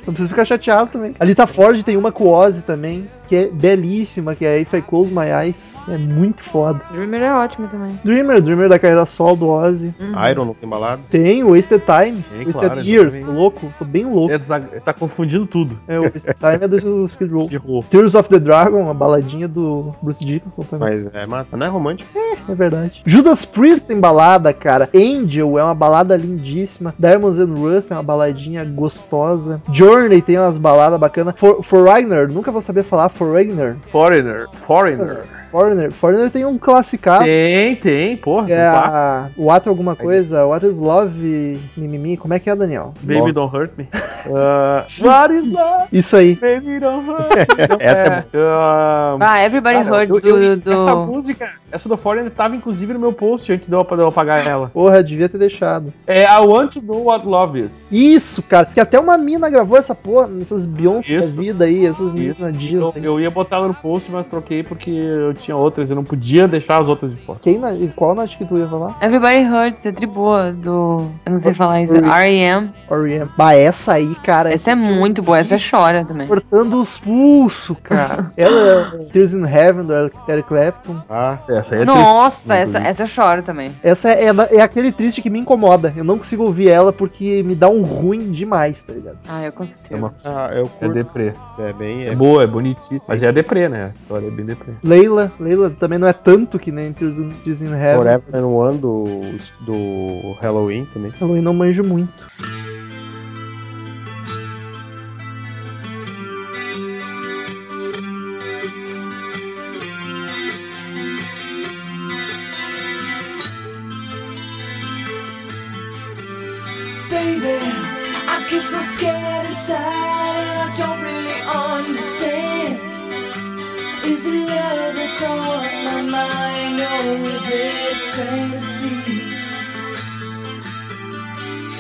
Speaker 2: Não precisa ficar chateado também. A Lita Ford tem uma com o Ozzy também. que é belíssima, que é If I Close My Eyes. É muito foda.
Speaker 5: Dreamer é ótimo também.
Speaker 2: Dreamer, Dreamer da carreira sol do Ozzy.
Speaker 5: Uhum.
Speaker 3: Iron não tem balada?
Speaker 2: Tem, Wasted Time,
Speaker 3: Tem,
Speaker 2: Wasted
Speaker 3: claro,
Speaker 2: Years,
Speaker 3: exatamente.
Speaker 2: louco, tô bem
Speaker 4: [LAUGHS]
Speaker 2: louco.
Speaker 3: Ele tá, ele tá confundindo tudo.
Speaker 2: É, o Wasted Time é do Skid Row.
Speaker 3: De rua.
Speaker 2: Tears of the Dragon, a baladinha do Bruce Dickinson também.
Speaker 3: Mas é massa, não é romântico?
Speaker 2: É verdade. Judas Priest tem balada, cara. Angel é uma balada lindíssima. Diamonds and Rust é uma baladinha gostosa. Journey tem umas baladas bacanas. For, Foreigner, nunca vou saber falar Foreigner.
Speaker 4: Foreigner. Foreigner.
Speaker 2: Foreigner, Foreigner tem um
Speaker 3: Ah.
Speaker 2: classicaço.
Speaker 4: Tem, tem, porra,
Speaker 2: Que
Speaker 4: tem
Speaker 2: é
Speaker 4: passa.
Speaker 2: a What alguma coisa, What is Love, mimimi, como é que é, Daniel?
Speaker 4: Baby Don't Hurt Me. Ah, what is love?
Speaker 2: Isso aí.
Speaker 4: Baby Don't Hurt Me. Não,
Speaker 3: [LAUGHS] Essa é
Speaker 4: ah,
Speaker 5: Ah, Everybody
Speaker 4: cara,
Speaker 5: Hurts
Speaker 4: eu-
Speaker 5: do.
Speaker 4: eu-
Speaker 5: do...
Speaker 4: Essa música, essa do Foreigner, tava inclusive no meu post antes de eu, de eu apagar ela.
Speaker 2: Porra, devia ter deixado.
Speaker 4: É I Want to Know What Love Is.
Speaker 2: Isso, cara, que até uma mina gravou essa porra, essas Beyoncé da
Speaker 4: Isso.
Speaker 2: vida aí, essas minas
Speaker 4: Isso.
Speaker 2: Disney.
Speaker 4: Eu, eu ia botar ela no post, mas troquei porque eu tinha outras, eu não podia deixar as outras de fora.
Speaker 2: Quem na- qual Nath que tu ia falar?
Speaker 5: Everybody Hurts é triboa do. Eu não sei falar isso. R.E.M.
Speaker 2: R.E.M. Bah, essa aí, cara.
Speaker 5: Essa é muito boa, essa chora também.
Speaker 2: Cortando os pulsos,
Speaker 5: [LAUGHS]
Speaker 2: cara. Ela é Tears in Heaven, do Eric Clapton.
Speaker 3: Ah, essa aí é
Speaker 5: Nossa,
Speaker 4: né,
Speaker 3: tristíssima,
Speaker 5: essa, é
Speaker 3: inclusive.
Speaker 5: essa chora também.
Speaker 2: Essa é, é, da- é aquele triste que me incomoda. Eu não consigo ouvir ela porque me dá um ruim demais, tá ligado?
Speaker 5: Ah, eu consigo.
Speaker 4: É, uma,
Speaker 3: Ah, eu
Speaker 4: é
Speaker 3: curto.
Speaker 4: deprê.
Speaker 3: É, bem.
Speaker 4: É
Speaker 3: É,
Speaker 4: boa, é bonitinha. Mas é a deprê, né? A história é bem deprê.
Speaker 2: Leila, Leila também não é tanto que nem Tears in, Tears in Heaven.
Speaker 3: Forever and One do, do Halloween também.
Speaker 2: Eu não manjo muito.
Speaker 6: Baby, I get so scared inside and I don't really understand. Is it love that's on my mind or is it fantasy?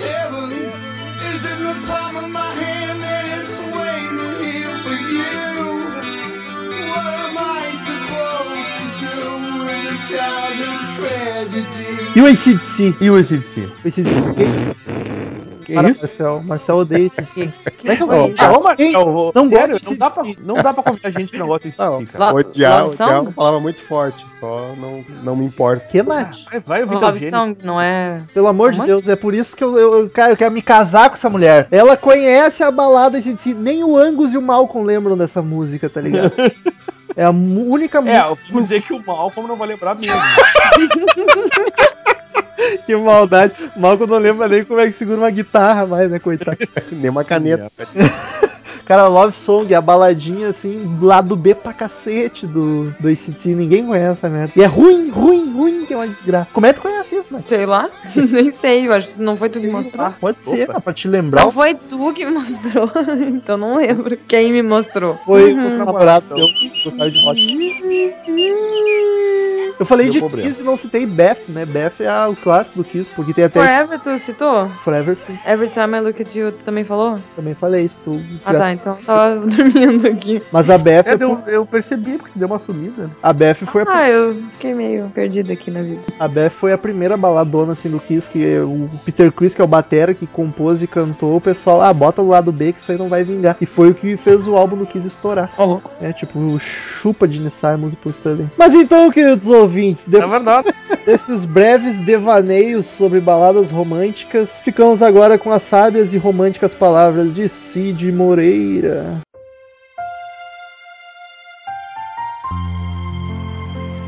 Speaker 6: Heaven is in the palm of my hand and it's waiting here for you. What am I supposed to do with a child in tragedy?
Speaker 2: E o ACDC?
Speaker 4: E o ACDC?
Speaker 2: O ACDC, quem?
Speaker 4: Que
Speaker 2: Para,
Speaker 4: isso? é
Speaker 2: Marcel. Marcel odeia esse.
Speaker 5: Que, que
Speaker 2: Mas eu
Speaker 5: foi
Speaker 2: vou-
Speaker 5: isso?
Speaker 2: Ah,
Speaker 4: Não, Marcel, vou-
Speaker 2: não
Speaker 4: sério,
Speaker 2: gosta
Speaker 4: não
Speaker 2: de
Speaker 4: dá, pra,
Speaker 2: ACDC?
Speaker 4: não dá pra convidar gente que não gosta de
Speaker 3: Não,
Speaker 4: ACDC, cara.
Speaker 5: Lo-
Speaker 3: odiar,
Speaker 5: Love
Speaker 3: odiar é
Speaker 5: Song?
Speaker 3: uma palavra muito forte, só não, não me importa.
Speaker 2: Que, Nath?
Speaker 4: Vai, vai ouvir teu
Speaker 5: Love
Speaker 4: gênio.
Speaker 5: Song, não é. [LAUGHS]
Speaker 2: Pelo amor de
Speaker 5: Como é?
Speaker 2: Deus, é por isso que eu, eu- eu- cara, eu quero me casar com essa mulher. Ela conhece a balada de si. Nem o Angus e o Malcolm lembram dessa música, tá ligado? É a mu- única
Speaker 4: É,
Speaker 2: música.
Speaker 4: eu vou dizer que o Malcolm não vai lembrar mesmo.
Speaker 2: Que maldade. O Malcolm não lembra nem como é que segura uma guitarra mais, né, coitado?
Speaker 3: Nem uma caneta.
Speaker 2: Cara, Love Song é a baladinha, assim, lá do B pra cacete do, do ACDC. Ninguém conhece essa merda. E é ruim, ruim, ruim, que é uma desgraça. Como é que tu conhece isso, né?
Speaker 5: Sei lá. [LAUGHS] Nem sei, eu acho que não foi tu que me mostrou.
Speaker 2: Pode ser,
Speaker 3: Opa.
Speaker 2: mas pra te lembrar,
Speaker 5: Não foi tu que me mostrou. [LAUGHS] então não lembro quem me mostrou.
Speaker 2: foi o namorado teu que gostava de rock. Eu falei
Speaker 3: Deu
Speaker 2: de
Speaker 3: problema.
Speaker 2: Kiss e não citei Beth, né? Beth é a- o clássico do Kiss, porque tem até
Speaker 5: Forever, tu citou?
Speaker 2: Forever sim.
Speaker 5: Every Time I Look at You, tu também falou?
Speaker 2: Também falei isso. tu-
Speaker 5: Ah tá, então tava [LAUGHS] dormindo aqui.
Speaker 2: Mas a Beth,
Speaker 4: [LAUGHS] É, deu- eu percebi, porque tu deu uma sumida. né?
Speaker 2: a Beth foi a,
Speaker 5: Ah, eu fiquei meio perdida aqui na vida.
Speaker 2: a Beth foi a primeira baladona assim do Kiss que o Peter Chris, que é o batera que compôs e cantou, o pessoal, ah, bota do lado B que isso aí não vai vingar. E foi o que fez o álbum do Kiss estourar.
Speaker 5: Ô, louco.
Speaker 2: É tipo, chupa de Simons e Paul Stanley. Mas então, queridos ouvintes, de-
Speaker 4: É verdade.
Speaker 2: Estes breves devaneios sobre baladas românticas, ficamos agora com as sábias e românticas palavras de Cid Moreira.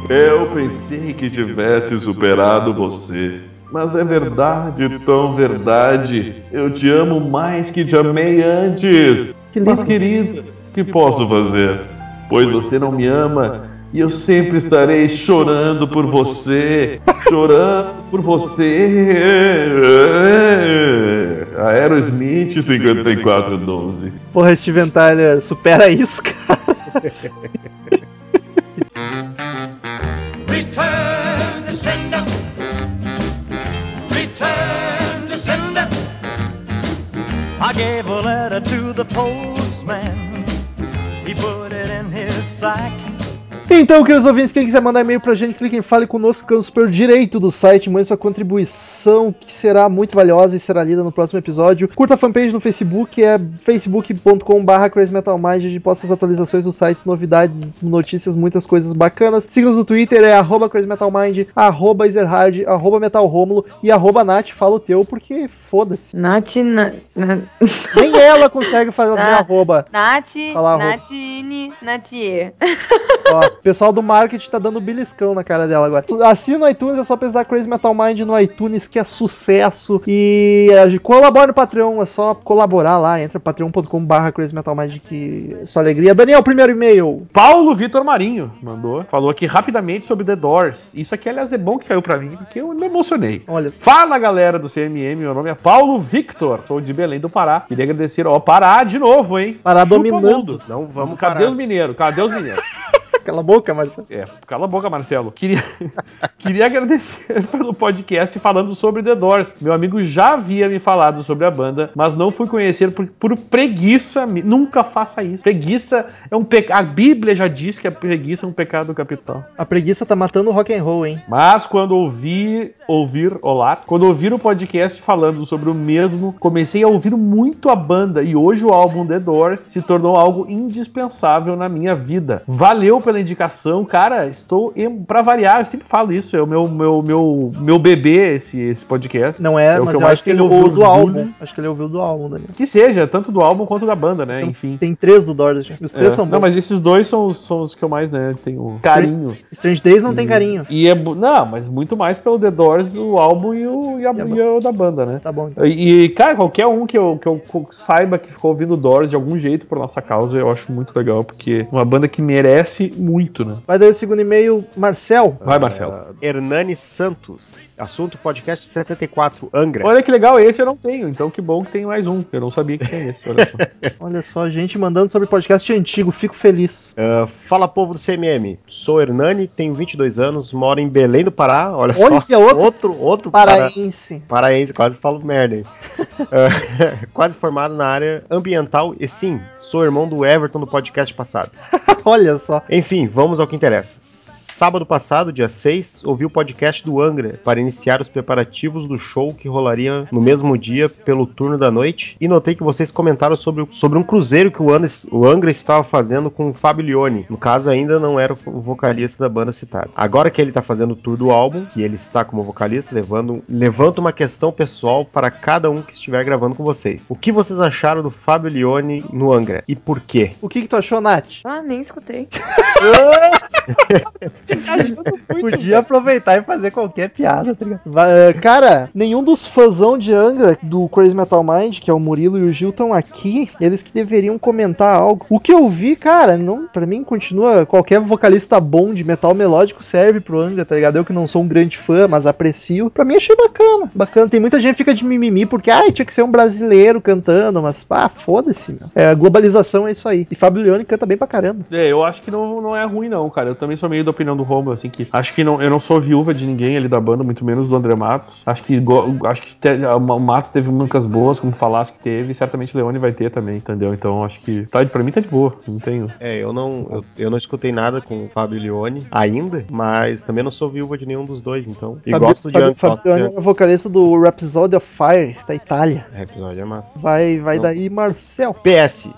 Speaker 7: Eu pensei que tivesse superado você. Mas é verdade, tão verdade. Eu te amo mais que te amei antes.
Speaker 2: Que lindo.
Speaker 7: Mas, querida, o que posso fazer? Pois você não me ama e eu sempre estarei chorando por você. Chorando por você. Aerosmith 5412.
Speaker 2: Porra, Steven Tyler, supera isso, cara.
Speaker 6: Return to sender. Return to sender. I gave a letter to the postman. He put it in his sack.
Speaker 2: Então, queridos ouvintes, quem quiser mandar e-mail pra gente, clique em Fale Conosco, que é o super direito do site. Mande sua contribuição, que será muito valiosa e será lida no próximo episódio. Curta a fanpage no Facebook, é facebook.com.br crazymetalmind. A gente posta as atualizações do site, novidades, notícias, muitas coisas bacanas. Siga-nos no Twitter, é arroba crazymetalmind, arroba Ezerhard, arroba metalromulo e arroba Nath, fala o teu, porque foda-se.
Speaker 5: Nath, na, na...
Speaker 2: Nem ela consegue fazer
Speaker 5: Na-
Speaker 2: na, arroba.
Speaker 5: Nath,
Speaker 2: Fala, Rô.
Speaker 5: Natine, Natier.
Speaker 2: Ó, o pessoal do marketing tá dando beliscão na cara dela agora. Assina o iTunes, é só pesquisar Crazy Metal Mind no iTunes, que é sucesso. E é, colabora no Patreon, é só colaborar lá. Entra patreon.com.br Crazy Metal Mind, que é só alegria. Daniel, primeiro e-mail.
Speaker 4: [LAUGHS] Paulo Vitor Marinho mandou, falou aqui rapidamente sobre The Doors. Isso aqui, aliás, é bom que caiu pra mim, porque eu me emocionei.
Speaker 2: Olha [LAUGHS] só.
Speaker 4: Fala galera do CMM, meu nome é Paulo Victor, sou de Belém do Pará. Queria agradecer, ó, Pará de novo, hein?
Speaker 2: Pará
Speaker 4: Chupa
Speaker 2: dominando.
Speaker 4: mundo.
Speaker 3: Não vamos
Speaker 4: cadê
Speaker 3: parar.
Speaker 4: os mineiros? Cadê os mineiros?
Speaker 2: Cala a boca, Marcelo.
Speaker 4: É, cala a boca, Marcelo. Queria, [LAUGHS] queria agradecer [LAUGHS] pelo podcast falando sobre The Doors. Meu amigo já havia me falado sobre a banda, mas não fui conhecer por, por preguiça. mi- Nunca faça isso. Preguiça é um pecado. A Bíblia já diz que a preguiça é um pecado capital.
Speaker 2: A preguiça tá matando o rock and roll, hein?
Speaker 4: Mas quando ouvi, ouvir, olá, quando ouvir o podcast falando sobre o mesmo, comecei a ouvir muito a banda e hoje o álbum The Doors se tornou algo indispensável na minha vida. Valeu pela indicação, cara, estou em- pra variar, eu sempre falo isso, é o meu meu meu meu bebê esse esse podcast.
Speaker 2: Não é,
Speaker 4: É o
Speaker 2: mas
Speaker 4: que
Speaker 2: eu,
Speaker 4: eu mais
Speaker 2: acho que ele
Speaker 4: tenho
Speaker 2: ouviu do
Speaker 4: orgulho.
Speaker 2: álbum. Acho que ele ouviu do álbum, Daniel.
Speaker 4: Que seja, tanto do álbum quanto da banda, né?
Speaker 2: São-
Speaker 4: Enfim.
Speaker 2: Tem três do Doors, gente. Os três
Speaker 4: É.
Speaker 2: são bons.
Speaker 4: Não, mas esses dois são, os- são os que eu mais, né, tenho carinho.
Speaker 2: Strange Days não tem carinho.
Speaker 4: E é. bu- Não, mas muito mais pelo The Doors, o álbum e o, e a-
Speaker 2: E a
Speaker 4: e o da banda, né?
Speaker 2: Tá bom, então.
Speaker 4: E, e, cara, qualquer um que eu, que eu co- saiba que ficou ouvindo Doors de algum jeito por nossa causa, eu acho muito legal, porque é uma banda que merece muito, né?
Speaker 2: Vai daí o segundo e-mail, Marcel.
Speaker 4: Vai, Marcelo.
Speaker 3: Ah, Hernani Santos. Assunto podcast 74, Angra.
Speaker 4: Olha que legal, esse eu não tenho, então que bom que tem mais um. Eu não sabia que tinha esse, olha só.
Speaker 2: Olha só, gente mandando sobre podcast antigo, fico feliz.
Speaker 3: Ah, fala povo do CMM. Sou Hernani, tenho 22 anos, moro em Belém do Pará. Olha, só.
Speaker 2: Olha,
Speaker 3: [LAUGHS]
Speaker 2: outro
Speaker 3: Outro, outro Pará-
Speaker 2: paraense. [LAUGHS]
Speaker 3: Paraense, quase falo merda aí. Ah, [LAUGHS] quase formado na área ambiental e sim, sou irmão do Everton do podcast passado.
Speaker 2: Olha só.
Speaker 3: Enfim, vamos ao que interessa. Sábado passado, dia 6, ouvi o podcast do Angra para iniciar os preparativos do show que rolaria no mesmo dia pelo turno da noite e notei que vocês comentaram sobre, o- sobre um cruzeiro que o Angra, o Angra estava fazendo com o Fábio Lione. No caso, ainda não era o vocalista da banda citada. Agora que ele está fazendo o tour do álbum, que ele está como vocalista, levando, levanta uma questão pessoal para cada um que estiver gravando com vocês. O que vocês acharam do Fábio Lione no Angra e por quê?
Speaker 2: O que, que tu achou, Nath?
Speaker 5: Ah, nem escutei.
Speaker 2: Podia aproveitar e fazer qualquer piada, tá ligado? Va- eh, Cara, nenhum dos fãzão de Angra do Crazy Metal Mind, que é o Murilo e o Gil, estão aqui. Eles que deveriam comentar algo. O que eu vi, cara, não, pra mim continua. Qualquer vocalista bom de metal melódico serve pro Angra, tá ligado? Eu que não sou um grande fã, mas aprecio. Pra mim achei bacana. Bacana. Tem muita gente que fica de mimimi porque, ai, tinha que ser um brasileiro cantando, mas pá, foda-se, meu. É, globalização é isso aí. E Fábio Leone canta bem pra caramba.
Speaker 4: [LAUGHS] É, eu acho que não, não é ruim, não, cara. Eu também sou meio da opinião do Romulo, assim, que acho que não, eu não sou viúva de ninguém ali da banda, muito menos do André Matos. Acho que, go- acho que te- a- o Matos teve músicas boas, como falasse que teve, e certamente o Leone vai ter também, entendeu? Então acho que. Tá, pra mim tá de boa, não tenho.
Speaker 3: É, eu não, eu, eu não escutei nada com o Fábio Leone ainda, mas também não sou viúva de nenhum dos dois, então. E gosto de né?
Speaker 2: Fabio,
Speaker 3: Angra. gosto de
Speaker 2: Fabiano
Speaker 3: Angra.
Speaker 2: é vocalista do Rhapsody of Fire, da Itália.
Speaker 3: É, episódio é massa.
Speaker 2: Vai, vai
Speaker 3: Não.
Speaker 2: daí, Marcel.
Speaker 3: PS.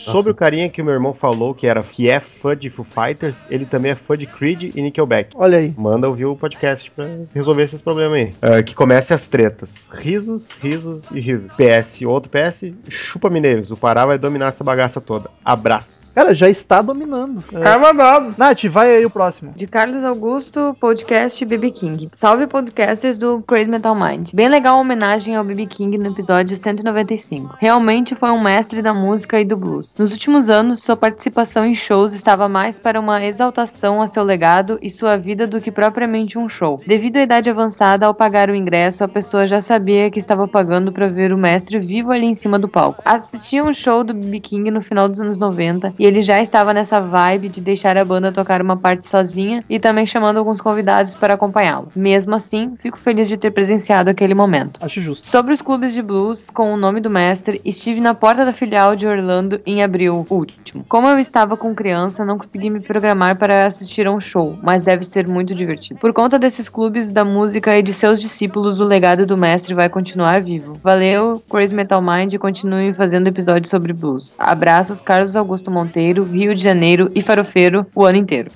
Speaker 3: Sobre o carinha que o meu irmão falou que era que é fã de Foo Fighters, ele também é fã de Creed e Nickelback.
Speaker 2: Olha aí.
Speaker 3: Manda ouvir o podcast pra resolver esses problemas aí. Ah, que comece as tretas. Risos, risos e risos. PS, outro PS, chupa mineiros. O Pará vai dominar essa bagaça toda. Abraços.
Speaker 2: Cara, já está dominando. É. Nath, vai aí o próximo.
Speaker 5: De Carlos Augusto, podcast BB King. Salve podcasters do Crazy Metal Mind. Bem legal a homenagem ao BB King no episódio 195. Realmente foi um mestre da música e do blues. Nos últimos anos, sua participação em shows estava mais para uma exaltação a seu legado e sua vida do que propriamente um show. Devido à idade avançada, ao pagar o ingresso, a pessoa já sabia que estava pagando para ver o mestre vivo ali em cima do palco. Assistia um show do BB King no final dos anos 90 e ele já estava nessa vibe de deixar a banda tocar uma parte sozinha e também chamando alguns convidados para acompanhá-lo. Mesmo assim, fico feliz de ter presenciado aquele momento.
Speaker 2: Acho justo.
Speaker 5: Sobre os clubes de blues, com o nome do mestre, estive na porta da filial de Orlando em em abril último. Como eu estava com criança, não consegui me programar para assistir a um show, mas deve ser muito divertido. Por conta desses clubes da música e de seus discípulos, o legado do mestre vai continuar vivo. Valeu, Crazy Metal Mind, e continue fazendo episódios sobre blues. Abraços, Carlos Augusto Monteiro, Rio de Janeiro e Farofeiro o ano inteiro.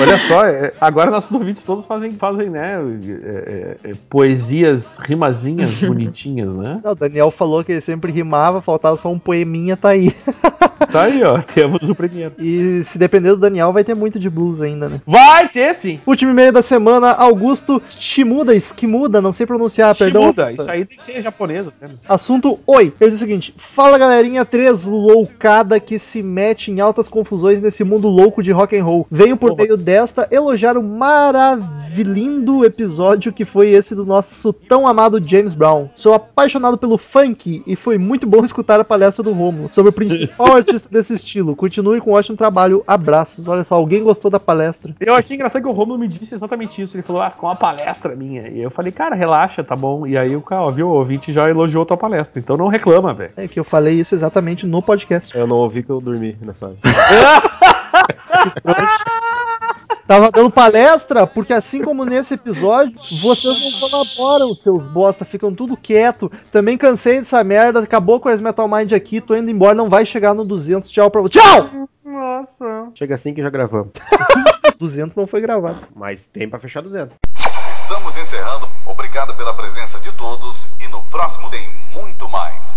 Speaker 4: Olha só, é, agora nossos ouvintes todos fazem, fazem né, é, é, é, poesias, [LAUGHS] rimazinhas bonitinhas, né?
Speaker 2: Não, o Daniel falou que ele sempre rimava, faltava só um poeminha, tá aí.
Speaker 4: Tá aí, ó, temos o primeiro.
Speaker 2: E se depender do Daniel, vai ter muito de blues ainda, né?
Speaker 4: Vai ter sim!
Speaker 2: Último e-mail da semana, Augusto Shimuda, Esquimuda, não sei pronunciar, Shimuda,
Speaker 4: Ah, perdão. isso aí tem que ser japonesa. Né?
Speaker 2: Assunto Oi, eu disse o seguinte, fala galerinha três loucada que se mete em altas confusões nesse mundo louco de rock and roll. Venho por meio desta elogiar o maravilhindo episódio que foi esse do nosso tão amado James Brown. Sou apaixonado pelo funk e foi muito bom [LAUGHS] escutar a palestra do Romulo sobre o principal artista desse estilo. Continue com um ótimo trabalho. Abraços. Olha só, alguém gostou da palestra.
Speaker 4: Eu achei engraçado que o Romulo me disse exatamente isso. Ele falou, ah, ficou uma palestra minha. E eu falei, cara, relaxa, tá bom. E aí o cara, ó, viu, o ouvinte já elogiou tua palestra. Então não reclama, velho.
Speaker 2: É que eu falei isso exatamente no podcast.
Speaker 3: Eu não ouvi que eu dormi nessa hora.
Speaker 2: Tava dando palestra, porque assim como nesse episódio, vocês não colaboram, seus bosta, ficam tudo quieto. Também cansei dessa merda, acabou com as Metal Mind aqui, tô indo embora, não vai chegar no 200. Tchau pra você. Tchau!
Speaker 4: Nossa.
Speaker 3: Chega assim que já gravamos.
Speaker 2: 200 não foi gravado.
Speaker 3: Mas tem pra fechar 200.
Speaker 8: Estamos encerrando. Obrigado pela presença de todos e no próximo tem muito mais.